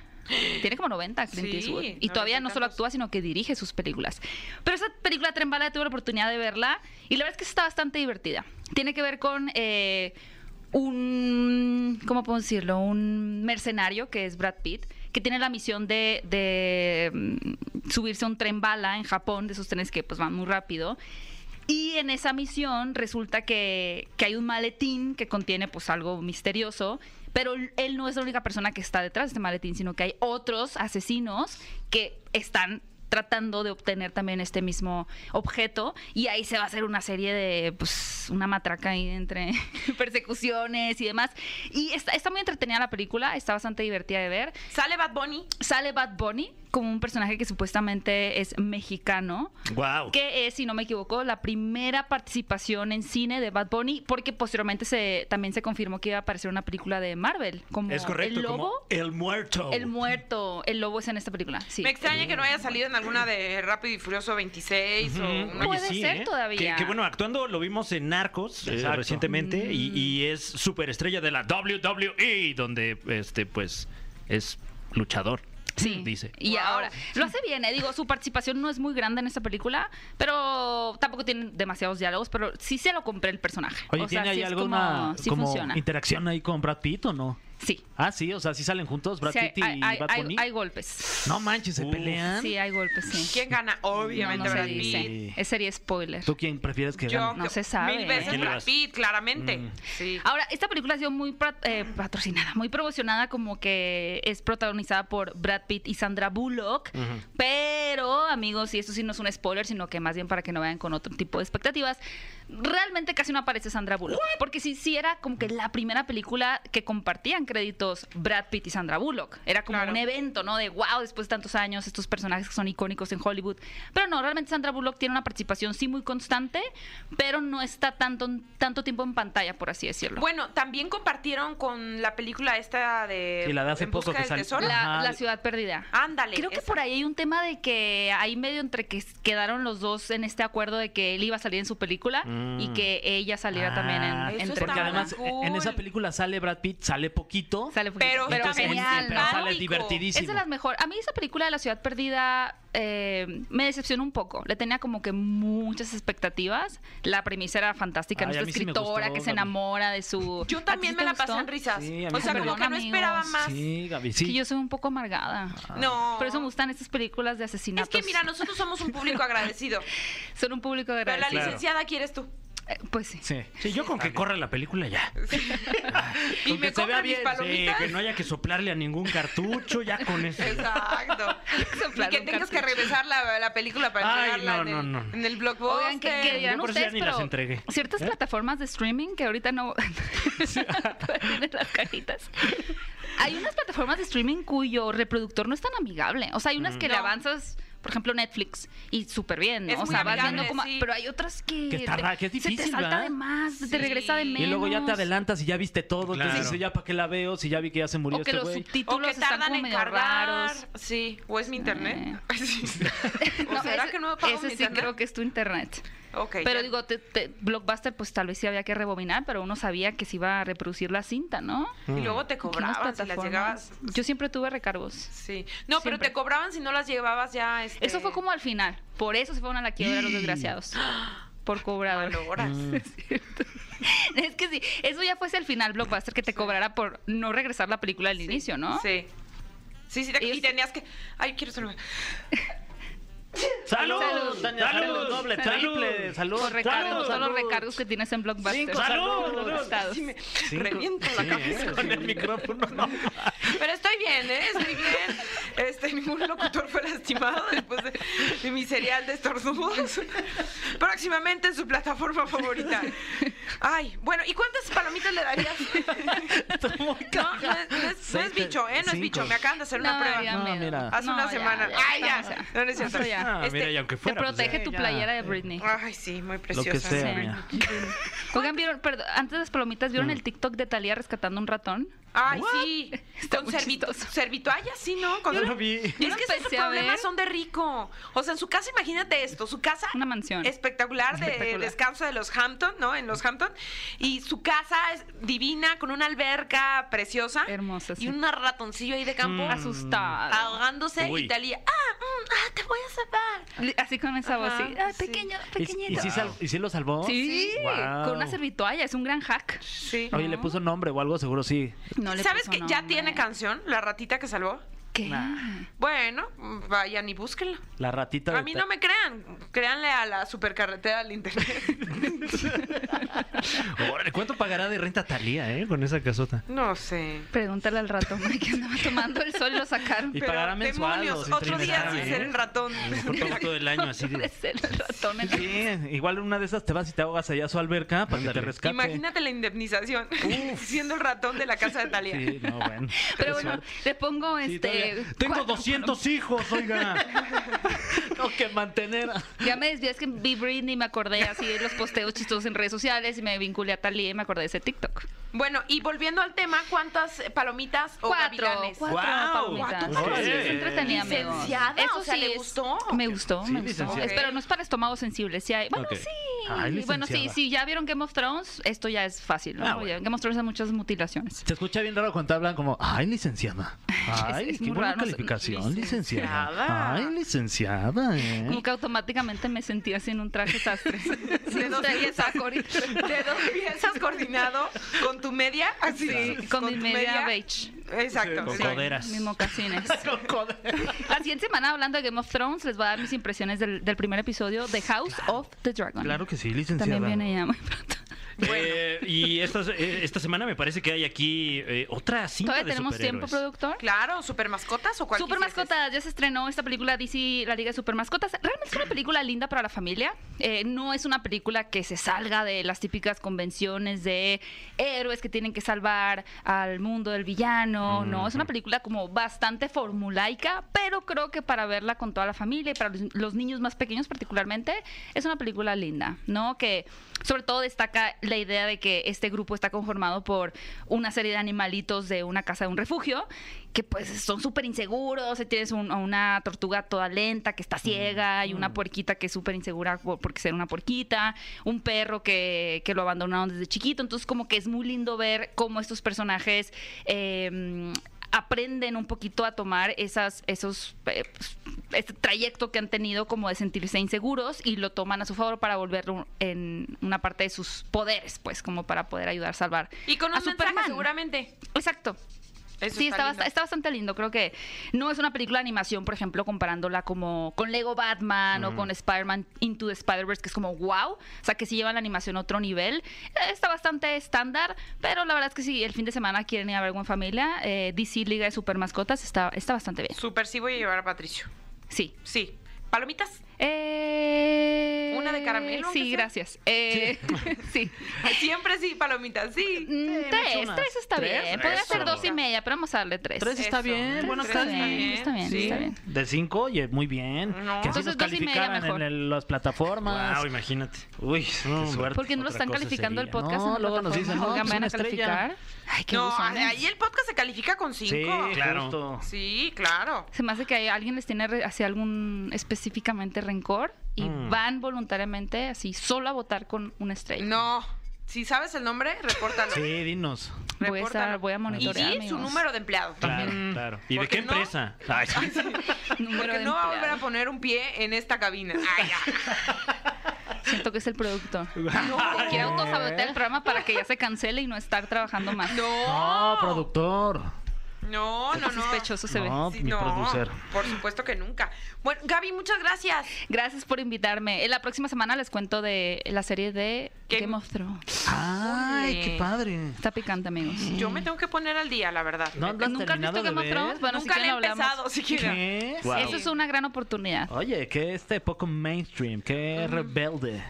Speaker 7: Tiene como 90 Clint
Speaker 2: Sí,
Speaker 7: Eastwood. Y
Speaker 2: 90
Speaker 7: todavía no solo
Speaker 2: y tantos.
Speaker 7: actúa, sino que dirige sus películas. Pero esa película Tren Bala tuve la oportunidad de verla y la verdad es que está bastante divertida. Tiene que ver con eh, un, ¿cómo puedo decirlo? Un mercenario que es Brad Pitt, que tiene la misión de, de, mm, subirse a un tren bala en Japón, de esos trenes que pues van muy rápido. Y en esa misión resulta que, que hay un maletín que contiene pues algo misterioso, pero él no es la única persona que está detrás de este maletín, sino que hay otros asesinos que están tratando de obtener también este mismo objeto y ahí se va a hacer una serie de pues una matraca ahí entre persecuciones y demás y está, está muy entretenida la película está bastante divertida de ver
Speaker 2: Sale Bad Bunny.
Speaker 7: sale Bad Bunny como un personaje que supuestamente es mexicano
Speaker 4: Wow.
Speaker 7: que es, si no me equivoco, la primera participación en cine de Bad Bunny, porque posteriormente se, también se confirmó que iba a aparecer una película de Marvel, como
Speaker 4: Es correcto.
Speaker 7: el
Speaker 4: como
Speaker 7: lobo,
Speaker 4: el muerto.
Speaker 7: el muerto, el lobo es en esta película. Sí. Mm.
Speaker 2: Me extraña que no haya salido en alguna de Rápido y Furioso 26 o
Speaker 4: Ujú.
Speaker 2: una
Speaker 7: Puede ser todavía.
Speaker 4: ¿eh? Que, que bueno, actuando lo vimos en Narcos eh,
Speaker 3: Exacto.
Speaker 4: recientemente y,
Speaker 7: Mm.
Speaker 4: y es superestrella de la WWE, donde este pues es luchador.
Speaker 7: Sí.
Speaker 4: Dice.
Speaker 7: Y
Speaker 2: Wow.
Speaker 7: ahora, lo hace bien, eh. digo, su participación no es muy grande en esta película, pero tampoco tiene demasiados diálogos, pero sí se lo compré el personaje.
Speaker 3: Oye,
Speaker 7: o sea,
Speaker 3: ¿tiene ahí
Speaker 7: sí es
Speaker 3: alguna
Speaker 7: como, sí
Speaker 3: como
Speaker 7: funciona.
Speaker 3: interacción ahí con Brad Pitt o no?
Speaker 7: Sí.
Speaker 3: Ah, sí, o sea, sí salen juntos Brad
Speaker 7: Sí, hay,
Speaker 3: Pitt y
Speaker 7: hay- hay-
Speaker 3: Bad
Speaker 7: hay-
Speaker 3: Bunny.
Speaker 7: hay golpes.
Speaker 3: No manches, se
Speaker 4: Uf.
Speaker 3: pelean.
Speaker 7: Sí, hay golpes, sí.
Speaker 2: ¿Ah? ¿Quién gana? Obviamente
Speaker 7: no, no
Speaker 2: Brad
Speaker 7: se
Speaker 2: Pitt.
Speaker 7: dice. Es serie spoiler.
Speaker 3: ¿Tú quién prefieres que
Speaker 2: Yo,
Speaker 3: gane?
Speaker 7: No se sabe, Ah,
Speaker 2: Mil
Speaker 7: ¿eh?
Speaker 2: veces
Speaker 4: ¿Quién Mm. le
Speaker 2: Brad
Speaker 4: vas?
Speaker 2: Pitt, claramente. Sí.
Speaker 7: Ahora, esta película ha sido muy pat- eh, patrocinada, muy promocionada, como que es protagonizada por Brad Pitt y Sandra Bullock. Pero, amigos, y esto sí no es un spoiler, sino que más bien para que no vayan con otro tipo de expectativas, realmente casi no aparece Sandra Bullock. Porque sí, sí era como que la primera película que compartían créditos Brad Pitt y Sandra Bullock. Era como
Speaker 2: Claro.
Speaker 7: un evento, ¿no? De wow, después de tantos años, estos personajes que son icónicos en Hollywood. Pero no, realmente Sandra Bullock tiene una participación sí muy constante, pero no está tanto, tanto tiempo en pantalla, por así decirlo.
Speaker 2: Bueno, también compartieron con la película esta de.
Speaker 3: Sí, la de hace
Speaker 2: En
Speaker 3: poco
Speaker 2: busca
Speaker 3: que
Speaker 2: del
Speaker 3: salió.
Speaker 2: tesoro.
Speaker 7: La,
Speaker 3: Ajá.
Speaker 7: la ciudad perdida.
Speaker 2: Ándale.
Speaker 7: Creo que
Speaker 2: esa.
Speaker 7: por ahí hay un tema de que ahí medio entre que s- quedaron los dos en este acuerdo de que él iba a salir en su película y que ella saliera también
Speaker 3: Ah,
Speaker 7: en, en
Speaker 2: eso
Speaker 7: Tren
Speaker 2: está
Speaker 3: Porque
Speaker 7: Bala.
Speaker 3: además eh,
Speaker 2: cool.
Speaker 3: en esa película sale Brad Pitt, sale poquito.
Speaker 7: Sale poquito.
Speaker 2: Pero,
Speaker 7: pero
Speaker 2: está
Speaker 3: entonces,
Speaker 7: genial,
Speaker 3: pero
Speaker 7: ¿no?
Speaker 3: sale
Speaker 7: Es
Speaker 3: divertidísimo.
Speaker 7: de las mejores. A mí esa película de La Ciudad Perdida eh, me decepcionó un poco. Le tenía como que muchas expectativas. La premisa era fantástica.
Speaker 3: Ay,
Speaker 7: Nuestra
Speaker 3: a mí sí me
Speaker 7: escritora
Speaker 3: gustó,
Speaker 7: que se
Speaker 3: Gaby.
Speaker 7: enamora de su... ¿A
Speaker 2: Yo
Speaker 7: ti
Speaker 2: también
Speaker 7: sí
Speaker 2: me
Speaker 7: te
Speaker 2: la pasé
Speaker 7: gustó?
Speaker 2: en risas.
Speaker 3: Sí, a mí
Speaker 2: o sea,
Speaker 7: también.
Speaker 2: como que no
Speaker 7: Perdón,
Speaker 2: esperaba
Speaker 7: amigos.
Speaker 2: más.
Speaker 3: Sí, Gaby,
Speaker 7: Es
Speaker 3: sí.
Speaker 7: que yo soy un poco amargada.
Speaker 2: No.
Speaker 7: Por eso me gustan estas películas de
Speaker 2: Es
Speaker 7: asesinatos.
Speaker 2: que mira, nosotros somos un público agradecido.
Speaker 7: Son un público de
Speaker 2: pero la
Speaker 4: Claro.
Speaker 2: licenciada quieres tú.
Speaker 7: Pues sí.
Speaker 3: Sí.
Speaker 4: Sí, yo con que corra la película ya.
Speaker 2: Y
Speaker 4: compra
Speaker 2: me compran mis palomitas.
Speaker 4: que no haya que soplarle a ningún cartucho, ya con eso.
Speaker 2: Exacto.
Speaker 7: Soplar
Speaker 2: y que
Speaker 7: un
Speaker 2: tengas que
Speaker 7: cartucho.
Speaker 2: revisar la, la película para
Speaker 4: Ay,
Speaker 2: entregarla
Speaker 4: no,
Speaker 2: en, el,
Speaker 4: no, no.
Speaker 2: en el blockbuster.
Speaker 7: Oigan, que, que dirán
Speaker 4: por eso ya
Speaker 7: ustedes,
Speaker 4: ni
Speaker 7: pero
Speaker 4: las entregué.
Speaker 7: ciertas
Speaker 4: ¿Eh?
Speaker 7: plataformas de streaming que ahorita no tienen las cajitas. Hay unas plataformas de streaming cuyo reproductor no es tan amigable. O sea, hay
Speaker 3: Mm.
Speaker 7: unas que le
Speaker 2: No.
Speaker 7: avanzas, por ejemplo, Netflix, y súper bien, ¿no?
Speaker 2: Es
Speaker 7: o
Speaker 2: muy
Speaker 7: sea, vas
Speaker 2: amigable,
Speaker 7: viendo como...
Speaker 2: sí.
Speaker 7: Pero hay otras que...
Speaker 3: Que está
Speaker 7: te-
Speaker 3: raro, que es
Speaker 7: Se te
Speaker 3: difícil,
Speaker 7: salta
Speaker 3: ¿verdad?
Speaker 7: de más,
Speaker 2: Sí.
Speaker 7: te regresa de menos.
Speaker 3: Y luego ya te adelantas y ya viste todo.
Speaker 4: Claro.
Speaker 3: Entonces, ya para qué la veo si ya vi que ya se murió
Speaker 7: O que
Speaker 3: este
Speaker 7: los
Speaker 3: güey.
Speaker 2: o
Speaker 7: subtítulos
Speaker 2: que
Speaker 7: están
Speaker 2: tardan
Speaker 7: como
Speaker 2: en
Speaker 7: medio
Speaker 2: cargar.
Speaker 7: raros. Eh.
Speaker 2: Sí, o es mi internet. Sí. ¿O
Speaker 7: No,
Speaker 2: será
Speaker 7: ese-
Speaker 2: que no pago
Speaker 7: ese
Speaker 2: mi
Speaker 7: sí
Speaker 2: internet?
Speaker 7: creo que es tu internet.
Speaker 2: Ok,
Speaker 7: Pero
Speaker 2: ya.
Speaker 7: digo, te- te- Blockbuster, pues tal vez sí había que rebobinar, pero uno sabía que se iba a reproducir la cinta, ¿no?
Speaker 2: Y luego te
Speaker 7: ¿Qué unas
Speaker 2: cobraban si las
Speaker 7: plataformas?
Speaker 2: llegabas.
Speaker 7: Yo siempre tuve recargos.
Speaker 2: Sí. No, pero
Speaker 7: Siempre.
Speaker 2: te cobraban si no las llevabas ya. este,
Speaker 7: Eso fue como al final. Por eso se fueron a la quiebra los
Speaker 4: Y-
Speaker 7: desgraciados. Por cobrador.
Speaker 2: valoras.
Speaker 7: Es que sí, eso ya fuese el final, Blockbuster, que te cobrara por no regresar la película al
Speaker 2: Sí,
Speaker 7: inicio, ¿no?
Speaker 2: Sí. Sí, sí, te-
Speaker 7: Ellos-
Speaker 2: y tenías que. Ay, quiero celular.
Speaker 3: ¡Salud!
Speaker 7: Salud.
Speaker 3: Tania, ¡Salud!
Speaker 4: Salud.
Speaker 3: ¡Doble,
Speaker 4: Salud.
Speaker 3: triple! ¡Salud!
Speaker 7: Los recargos,
Speaker 3: ¡Salud!
Speaker 7: todos los recargos que tienes en Blockbuster.
Speaker 3: Cinco, salud,
Speaker 7: Todos
Speaker 3: salud.
Speaker 7: gastados.
Speaker 3: Cinco.
Speaker 2: Reviento la
Speaker 3: Sí,
Speaker 2: cabeza.
Speaker 3: ¿eh? Con el micrófono. no.
Speaker 2: Pero estoy bien, ¿eh? Estoy bien. Este, ningún locutor fue lastimado después de, de mi serial de estornudos. Próximamente en su plataforma favorita. Ay, bueno, ¿y cuántas palomitas le darías?
Speaker 3: Está muy
Speaker 2: No, no
Speaker 3: cagado.
Speaker 2: es, no es- no es
Speaker 3: Seis,
Speaker 2: bicho, ¿eh? No es
Speaker 3: cinco.
Speaker 2: bicho. Me acaban de hacer una
Speaker 7: No,
Speaker 2: prueba.
Speaker 7: ya
Speaker 3: No,
Speaker 7: me-
Speaker 3: mira.
Speaker 2: Hace una
Speaker 7: no, ya,
Speaker 2: semana.
Speaker 7: ya,
Speaker 2: Ay, ya.
Speaker 7: o sea,
Speaker 2: no, no es cierto.
Speaker 7: eso ya.
Speaker 4: Ah, mira,
Speaker 2: Este,
Speaker 4: y aunque
Speaker 7: Te
Speaker 4: fuera. pues,
Speaker 3: eh,
Speaker 7: protege
Speaker 4: ya,
Speaker 7: tu
Speaker 4: ya.
Speaker 7: playera de Britney.
Speaker 2: Ay, sí, muy
Speaker 3: Lo que
Speaker 2: preciosa.
Speaker 3: sea,
Speaker 7: Sí.
Speaker 3: mira.
Speaker 7: Oigan, vieron, perdón, antes de las palomitas, ¿vieron
Speaker 3: Mm.
Speaker 7: el TikTok de Talía rescatando un ratón?
Speaker 2: Ay, sí.
Speaker 7: Está
Speaker 2: con
Speaker 7: muy
Speaker 2: servito
Speaker 7: chistoso.
Speaker 2: servitoallas, sí, ¿no? Con-
Speaker 3: Yo lo vi.
Speaker 7: Yo
Speaker 2: Es
Speaker 7: lo
Speaker 2: que esos
Speaker 7: empecé a
Speaker 2: problemas
Speaker 7: ver.
Speaker 2: son de rico. O sea, en su casa, imagínate esto, su casa
Speaker 7: Una mansión.
Speaker 2: espectacular de
Speaker 7: Espectacular.
Speaker 2: descanso de los Hampton, ¿no? En los Hampton. Y su casa es divina, con una alberca preciosa.
Speaker 7: Hermosa, sí. Mm.
Speaker 2: Y un ratoncillo ahí de campo.
Speaker 7: Asustada.
Speaker 2: Ahogándose
Speaker 4: Uy.
Speaker 2: y Talía, ah, mm, ah, te voy a salvar.
Speaker 7: Así con esa voz,
Speaker 2: Ajá,
Speaker 7: sí. Ay,
Speaker 2: sí.
Speaker 7: pequeño,
Speaker 3: ¿Y, y
Speaker 7: pequeñito.
Speaker 3: sí, sal- y sí lo salvó?
Speaker 7: Sí,
Speaker 3: Guau.
Speaker 7: con una servitoalla, es un gran hack.
Speaker 2: Sí.
Speaker 3: Oye, le puso nombre o algo, seguro sí.
Speaker 7: No le
Speaker 2: ¿Sabes
Speaker 7: puso
Speaker 2: que ya
Speaker 7: nombre.
Speaker 2: tiene canción, la ratita que salvó?
Speaker 7: ¿Qué?
Speaker 2: Bueno, vayan y búsquenla.
Speaker 3: La ratita.
Speaker 2: A
Speaker 3: de
Speaker 2: mí
Speaker 3: ta-
Speaker 2: no me crean, créanle a la supercarretera del internet.
Speaker 4: Órale, ¿cuánto pagará de renta Talía, eh? Con esa casota.
Speaker 2: No sé.
Speaker 7: Pregúntale al ratón que andaba tomando el sol y lo sacaron.
Speaker 3: Y
Speaker 2: Pero,
Speaker 3: pagará mensual
Speaker 2: demonios,
Speaker 3: o
Speaker 2: otro día sin
Speaker 3: trimestral,
Speaker 2: ser
Speaker 3: ¿eh?
Speaker 2: el ratón.
Speaker 4: A lo mejor paga todo el año así de...
Speaker 7: Puede ser el ratón en el-
Speaker 3: Sí, igual en una de esas te vas y te ahogas allá a su alberca para que te
Speaker 4: Ándale.
Speaker 3: rescate.
Speaker 2: Imagínate la indemnización. Siendo el ratón de la casa de Talia.
Speaker 3: Sí, no, bueno. Qué
Speaker 7: Pero bueno,
Speaker 3: suerte.
Speaker 7: le pongo
Speaker 3: Sí,
Speaker 7: este.
Speaker 3: todavía- Tengo
Speaker 7: cuatro
Speaker 3: 200 hijos, oiga. Tengo que mantener. a-
Speaker 7: Ya me desvié, es que vi Britney y me acordé así de los posteos chistosos en redes sociales y me vinculé a Talía y me acordé de ese TikTok.
Speaker 2: Bueno, y volviendo al tema, ¿cuántas palomitas o
Speaker 7: cuatro,
Speaker 2: gavilanes?
Speaker 7: cuatro
Speaker 4: Guau,
Speaker 7: palomitas.
Speaker 2: cuatro
Speaker 7: Sí,
Speaker 4: palomitas.
Speaker 7: es entretenida, amigo.
Speaker 2: Licenciada,
Speaker 7: Eso
Speaker 2: o sea,
Speaker 7: sí
Speaker 2: ¿le
Speaker 7: es-
Speaker 2: gustó?
Speaker 7: Me gustó,
Speaker 3: Sí,
Speaker 7: me gustó.
Speaker 3: licenciada.
Speaker 7: Es- Pero no es para estómagos sensibles. Sí hay. Bueno,
Speaker 4: Ok.
Speaker 7: sí.
Speaker 3: Ay,
Speaker 7: bueno, sí,
Speaker 3: licenciada.
Speaker 7: sí, ya vieron Game of Thrones, esto ya es fácil, ¿no?
Speaker 4: Ah, bueno. ¿Eh?
Speaker 7: Ya en Game of Thrones hay muchas mutilaciones.
Speaker 3: Se escucha bien raro cuando hablan como, ay, licenciada. Ay,
Speaker 7: Es- es
Speaker 3: qué
Speaker 7: muy
Speaker 3: buena
Speaker 7: raro, no sé,
Speaker 3: calificación, licenciada.
Speaker 2: licenciada.
Speaker 3: Ay, licenciada, ¿eh?
Speaker 7: Como que automáticamente me sentí así en un traje sastre.
Speaker 2: De dos, piezas, de dos piezas coordinado con tu media, así.
Speaker 7: con, mi
Speaker 2: tu
Speaker 7: media, beige.
Speaker 2: Exacto.
Speaker 4: Con
Speaker 2: sí.
Speaker 4: coderas.
Speaker 7: Mis mocasines. La siguiente semana, hablando de Game of Thrones, les voy a dar mis impresiones del, del primer episodio de House of the Dragon.
Speaker 3: Claro que sí, licenciada.
Speaker 7: También viene ya muy pronto.
Speaker 4: Eh, y esta, eh, esta semana me parece que hay aquí eh, otra cinta
Speaker 7: ¿Todavía
Speaker 4: de
Speaker 7: tenemos tiempo,
Speaker 4: superhéroes.
Speaker 7: productor?
Speaker 2: Claro, super mascotas o cuál
Speaker 7: Super
Speaker 2: quisieses?
Speaker 7: Mascotas, ya se estrenó esta película DC, la Liga de Super Mascotas. Realmente es una película linda para la familia. Eh, no es una película que se salga de las típicas convenciones de héroes que tienen que salvar al mundo del villano, ¿no? Es una película como bastante formulaica, pero creo que para verla con toda la familia y para los, los niños más pequeños particularmente, es una película linda, ¿no? Que sobre todo destaca la idea de que este grupo está conformado por una serie de animalitos de una casa de un refugio que pues son súper inseguros, eh, tienes un- a una tortuga toda lenta que está ciega y una puerquita que es súper insegura por- porque ser una puerquita, un perro que, que lo abandonaron desde chiquito, entonces como que es muy lindo ver cómo estos personajes eh, aprenden un poquito a tomar esas, esos, eh, pues, este trayecto que han tenido como de sentirse inseguros y lo toman a su favor para volverlo un- en una parte de sus poderes, pues como para poder ayudar a salvar.
Speaker 2: Y con un
Speaker 7: a
Speaker 2: mensaje
Speaker 7: Superman.
Speaker 2: seguramente.
Speaker 7: Exacto.
Speaker 2: Eso
Speaker 7: sí, está, bast-
Speaker 2: lindo.
Speaker 7: está bastante lindo. Creo que no es una película de animación, por ejemplo, comparándola como con Lego Batman o con Spider-Man Into the Spider-Verse, que es como wow. O sea, que sí llevan la animación a otro nivel. Eh, Está bastante estándar, pero la verdad es que si el fin de semana quieren ir a ver algo en familia, eh, DC Liga de Super Mascotas está, está bastante bien.
Speaker 2: Super sí voy a llevar a Patricio.
Speaker 7: Sí.
Speaker 2: Sí. ¿Palomitas?
Speaker 7: Eh,
Speaker 2: ¿Una de caramelo, aunque
Speaker 7: Sí,
Speaker 2: sea?
Speaker 7: gracias. Eh, sí.
Speaker 2: Siempre sí, palomitas, sí.
Speaker 7: Mm, tres,
Speaker 3: unas
Speaker 7: tres está
Speaker 3: tres,
Speaker 7: bien. Podría ser
Speaker 2: eso.
Speaker 7: dos y media, pero vamos a darle tres.
Speaker 3: Tres está
Speaker 2: Eso.
Speaker 3: bien,
Speaker 2: Tres
Speaker 3: bueno,
Speaker 2: está
Speaker 3: está
Speaker 2: bien,
Speaker 3: bien.
Speaker 7: Está bien,
Speaker 2: sí.
Speaker 7: está bien.
Speaker 3: De cinco, oye, muy bien.
Speaker 2: No.
Speaker 3: Que así
Speaker 7: Entonces,
Speaker 3: nos
Speaker 7: dos y media
Speaker 3: calificaran en
Speaker 7: mejor.
Speaker 3: el- las plataformas.
Speaker 4: Wow, imagínate. Uh,
Speaker 3: Uy, qué
Speaker 4: No,
Speaker 3: suerte.
Speaker 7: Porque no lo
Speaker 4: Otra
Speaker 7: están
Speaker 4: cosa
Speaker 7: calificando el
Speaker 4: sería.
Speaker 7: podcast.
Speaker 3: No,
Speaker 7: en la
Speaker 3: luego nos dicen,
Speaker 7: plataforma?
Speaker 3: no,
Speaker 7: Oigan,
Speaker 3: pues
Speaker 7: ¿van
Speaker 3: una
Speaker 7: a calificar?
Speaker 3: estrella.
Speaker 7: Ay, qué ¿eh?
Speaker 2: No,
Speaker 7: buzones.
Speaker 2: ahí el podcast se califica con cinco.
Speaker 3: Sí,
Speaker 4: Claro.
Speaker 3: justo.
Speaker 2: Sí, claro.
Speaker 7: Se me hace que alguien les tiene re- así algún específicamente rencor y
Speaker 4: Mm.
Speaker 7: van voluntariamente así solo a votar con una estrella.
Speaker 2: No. Si sabes el nombre, repórtalo.
Speaker 3: Sí, dinos.
Speaker 7: Voy a, estar-
Speaker 2: Repórtalo.
Speaker 7: voy a monitorear.
Speaker 2: Y di su
Speaker 7: amigos.
Speaker 2: número de empleado.
Speaker 4: Claro,
Speaker 2: También.
Speaker 4: claro. ¿Y de
Speaker 2: Porque
Speaker 4: qué
Speaker 2: no-
Speaker 4: empresa? Ay, sí.
Speaker 7: Número
Speaker 2: Porque
Speaker 7: de
Speaker 2: no va a volver a
Speaker 7: empleado.
Speaker 2: poner un pie en esta cabina. Ay, ya.
Speaker 7: Siento que es el productor.
Speaker 2: No.
Speaker 7: Quiere Oh. autosabotear el programa para que ya se cancele y no estar trabajando más.
Speaker 2: No.
Speaker 3: No, Oh, productor.
Speaker 2: No, no, no.
Speaker 7: Sospechoso se ve.
Speaker 3: No, mi producer.
Speaker 2: Por supuesto que nunca. Bueno, Gaby, muchas gracias.
Speaker 7: Gracias por invitarme. Eh, La próxima semana les cuento de la serie de
Speaker 2: Game-
Speaker 7: Game of Thrones.
Speaker 3: Ay,
Speaker 2: Ole.
Speaker 3: qué padre.
Speaker 7: Está picante, amigos.
Speaker 2: Yo me tengo que poner al día, la verdad.
Speaker 3: No, no has
Speaker 7: Eh, ¿Nunca has
Speaker 3: terminado
Speaker 7: visto
Speaker 3: de
Speaker 7: Game of
Speaker 3: ver?
Speaker 7: Thrones? Bueno, si
Speaker 2: Nunca le he
Speaker 7: quieren hablamos.
Speaker 2: empezado siquiera.
Speaker 3: ¿Qué?
Speaker 4: Wow.
Speaker 7: Eso es una gran oportunidad.
Speaker 3: Oye, que este poco mainstream, que rebelde,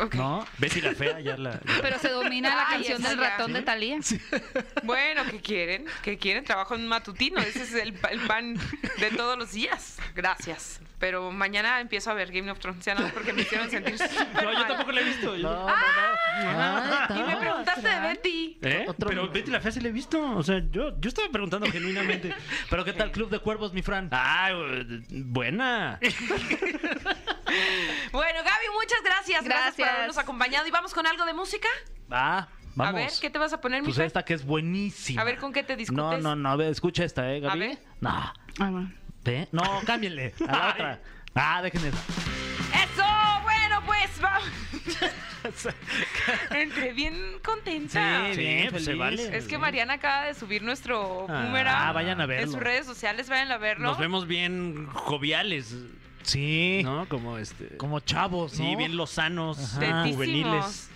Speaker 2: Ok.
Speaker 3: ¿no?
Speaker 4: Betty la fea ya la...
Speaker 7: Pero se domina la
Speaker 2: Ay,
Speaker 7: canción
Speaker 2: esa
Speaker 7: del
Speaker 2: ya.
Speaker 7: ratón de Talía.
Speaker 2: Bueno, ¿qué quieren? ¿Qué quieren? Trabajo en un matutino. Ese es el, pa- el pan de todos los días. Gracias. Pero mañana empiezo a ver Game of Thrones. Ya no porque me hicieron sentir súper
Speaker 4: No, yo
Speaker 2: mal.
Speaker 4: tampoco la he visto. Ah, yo-
Speaker 3: No, no, no.
Speaker 2: Y me preguntaste de Betty.
Speaker 4: ¿Eh?
Speaker 3: Otro-
Speaker 4: Pero Betty la fea sí la he visto. O sea, yo, yo estaba preguntando genuinamente.
Speaker 3: Pero ¿qué tal Club de Cuervos, mi Fran?
Speaker 4: Ah, buena.
Speaker 2: Bueno, Gaby, muchas gracias. Gracias, por
Speaker 7: Gracias.
Speaker 2: habernos acompañado. ¿Y vamos con algo de música?
Speaker 3: Ah, vamos.
Speaker 2: A ver, ¿qué te vas a poner, mi
Speaker 3: Pues
Speaker 2: Fer?
Speaker 3: esta que es buenísima.
Speaker 2: A ver, ¿con qué te discutes?
Speaker 3: No, no, no, a ver, escucha esta, ¿eh, Gaby?
Speaker 2: A ver.
Speaker 3: No,
Speaker 7: Ah, bueno.
Speaker 3: ¿ve? No, cámbienle a la otra. Ah, déjenme.
Speaker 2: ¡Eso! Bueno, pues vamos. Entre bien contenta.
Speaker 3: Sí,
Speaker 4: Sí,
Speaker 3: bien,
Speaker 4: pues se
Speaker 3: feliz.
Speaker 4: vale.
Speaker 2: Es que Mariana acaba de subir nuestro
Speaker 4: Ah,
Speaker 2: boomerang.
Speaker 3: vayan a
Speaker 2: En
Speaker 3: verlo.
Speaker 2: sus redes sociales, vayan a verlo.
Speaker 4: Nos vemos bien joviales,
Speaker 2: Eh,
Speaker 3: Sí,
Speaker 4: ¿no? Como este.
Speaker 3: como chavos,
Speaker 4: Sí,
Speaker 3: ¿no?
Speaker 4: bien lozanos, ah,
Speaker 2: Tetísimos.
Speaker 4: juveniles.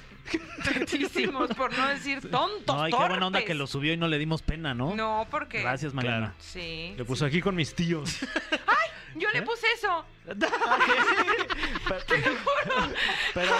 Speaker 2: Tetísimos, por no decir tontos,
Speaker 3: No, y qué buena onda
Speaker 2: torpes.
Speaker 3: que lo subió y no le dimos pena, ¿no?
Speaker 2: No, porque...
Speaker 3: Gracias, Mariana.
Speaker 2: Sí.
Speaker 4: Le puso aquí con mis tíos.
Speaker 2: Yo
Speaker 3: ¿eh?
Speaker 2: le puse eso.
Speaker 3: Pero, Eh,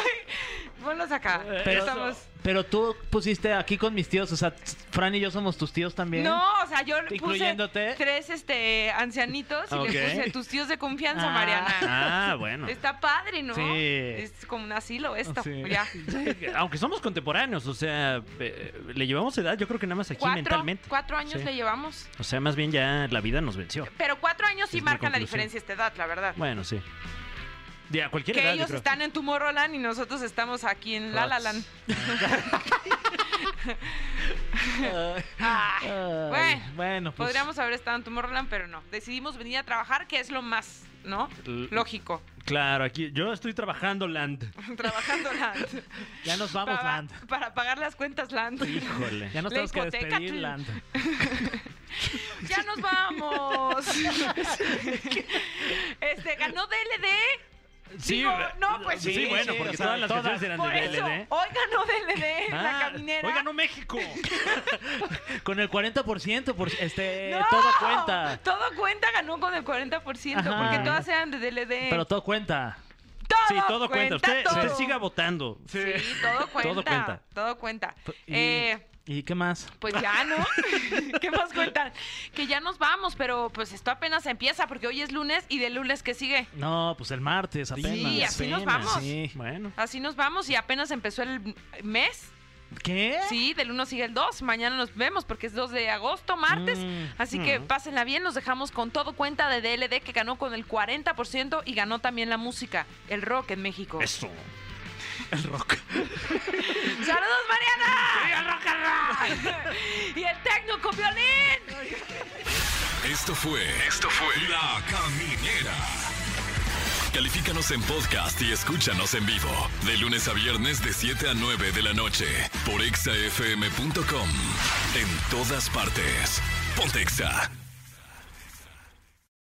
Speaker 2: Ponlos acá.
Speaker 3: pero,
Speaker 2: Estamos...
Speaker 3: pero tú pusiste aquí con mis tíos, o sea, Fran y yo somos tus tíos también.
Speaker 2: No, o sea, yo le puse
Speaker 3: Incluyéndote.
Speaker 2: tres este, ancianitos y le
Speaker 4: Ok.
Speaker 2: puse tus tíos de confianza,
Speaker 3: Ah.
Speaker 2: Mariana.
Speaker 4: Ah, bueno.
Speaker 2: Está padre, ¿no?
Speaker 3: Sí.
Speaker 2: Es como un asilo esto.
Speaker 3: Sí.
Speaker 2: Ya.
Speaker 4: Aunque somos contemporáneos, o sea, eh, le llevamos edad, yo creo que nada más aquí
Speaker 2: Cuatro,
Speaker 4: mentalmente.
Speaker 2: cuatro años
Speaker 4: Sí.
Speaker 2: le llevamos.
Speaker 4: O sea, más bien ya la vida nos venció.
Speaker 2: Pero cuatro años sí
Speaker 4: Es mi
Speaker 2: marcan la
Speaker 4: conclusión.
Speaker 2: diferencia esta edad, la verdad.
Speaker 4: Bueno, sí. De a cualquier
Speaker 2: que
Speaker 4: edad, yo
Speaker 2: ellos
Speaker 4: creo.
Speaker 2: están en Tomorrowland y nosotros estamos aquí en La La Land. Ay,
Speaker 3: Ay,
Speaker 2: bueno,
Speaker 3: bueno, pues,
Speaker 2: podríamos haber estado en Tomorrowland, pero no. Decidimos venir a trabajar, que es lo más, ¿no?
Speaker 4: L-
Speaker 2: Lógico.
Speaker 4: Claro, aquí yo estoy trabajando land.
Speaker 2: Trabajando Land.
Speaker 3: Ya nos vamos,
Speaker 2: para,
Speaker 3: Land.
Speaker 2: para pagar las cuentas Land.
Speaker 4: Híjole.
Speaker 3: Ya nos
Speaker 2: La
Speaker 3: tenemos que
Speaker 2: hipoteca,
Speaker 3: despedir,
Speaker 2: tú.
Speaker 3: Land.
Speaker 2: Ya nos vamos. este, ganó DLD.
Speaker 4: Sí,
Speaker 2: Digo, no, pues sí.
Speaker 4: sí, bueno,
Speaker 3: sí,
Speaker 4: porque
Speaker 3: o sea,
Speaker 4: todas las
Speaker 3: todas.
Speaker 4: canciones eran
Speaker 2: Por
Speaker 4: de
Speaker 2: eso,
Speaker 4: DLD.
Speaker 2: hoy ganó DLD la
Speaker 4: Ah,
Speaker 2: caminera.
Speaker 4: Hoy ganó México.
Speaker 3: Con el 40%, por, este,
Speaker 2: ¡No!
Speaker 3: todo cuenta.
Speaker 2: Todo cuenta, ganó con el 40%,
Speaker 3: Ajá.
Speaker 2: porque todas eran de DLD.
Speaker 3: Pero todo cuenta.
Speaker 2: todo,
Speaker 4: Sí, todo cuenta. Usted,
Speaker 2: todo.
Speaker 4: usted siga votando.
Speaker 2: Sí, todo cuenta. Todo cuenta.
Speaker 4: cuenta.
Speaker 3: Y,
Speaker 2: Eh,
Speaker 3: ¿y qué más?
Speaker 2: pues ya, ¿no? ¿Qué más cuentan? Que ya nos vamos, pero pues esto apenas empieza, porque hoy es lunes y del lunes que sigue.
Speaker 3: No, pues el martes apenas.
Speaker 2: Sí, así nos
Speaker 3: apenas,
Speaker 2: vamos.
Speaker 3: sí.
Speaker 4: Bueno.
Speaker 2: Así nos vamos y apenas empezó el mes.
Speaker 3: ¿Qué?
Speaker 2: Sí, del 1 sigue el 2. Mañana nos vemos porque es 2 de agosto, martes.
Speaker 3: Mm,
Speaker 2: Así que pásenla bien. Nos dejamos con todo cuenta de DLD que ganó con el 40% y ganó también la música, el rock en México.
Speaker 4: Eso.
Speaker 2: ¡Saludos, Mariana! ¡Y el tecno con violín!
Speaker 1: Esto fue. Esto fue. La Caminera. Califícanos en podcast y escúchanos en vivo. De lunes a viernes, de 7 a 9 de la noche. Por exafm.com. En todas partes. Pontexa.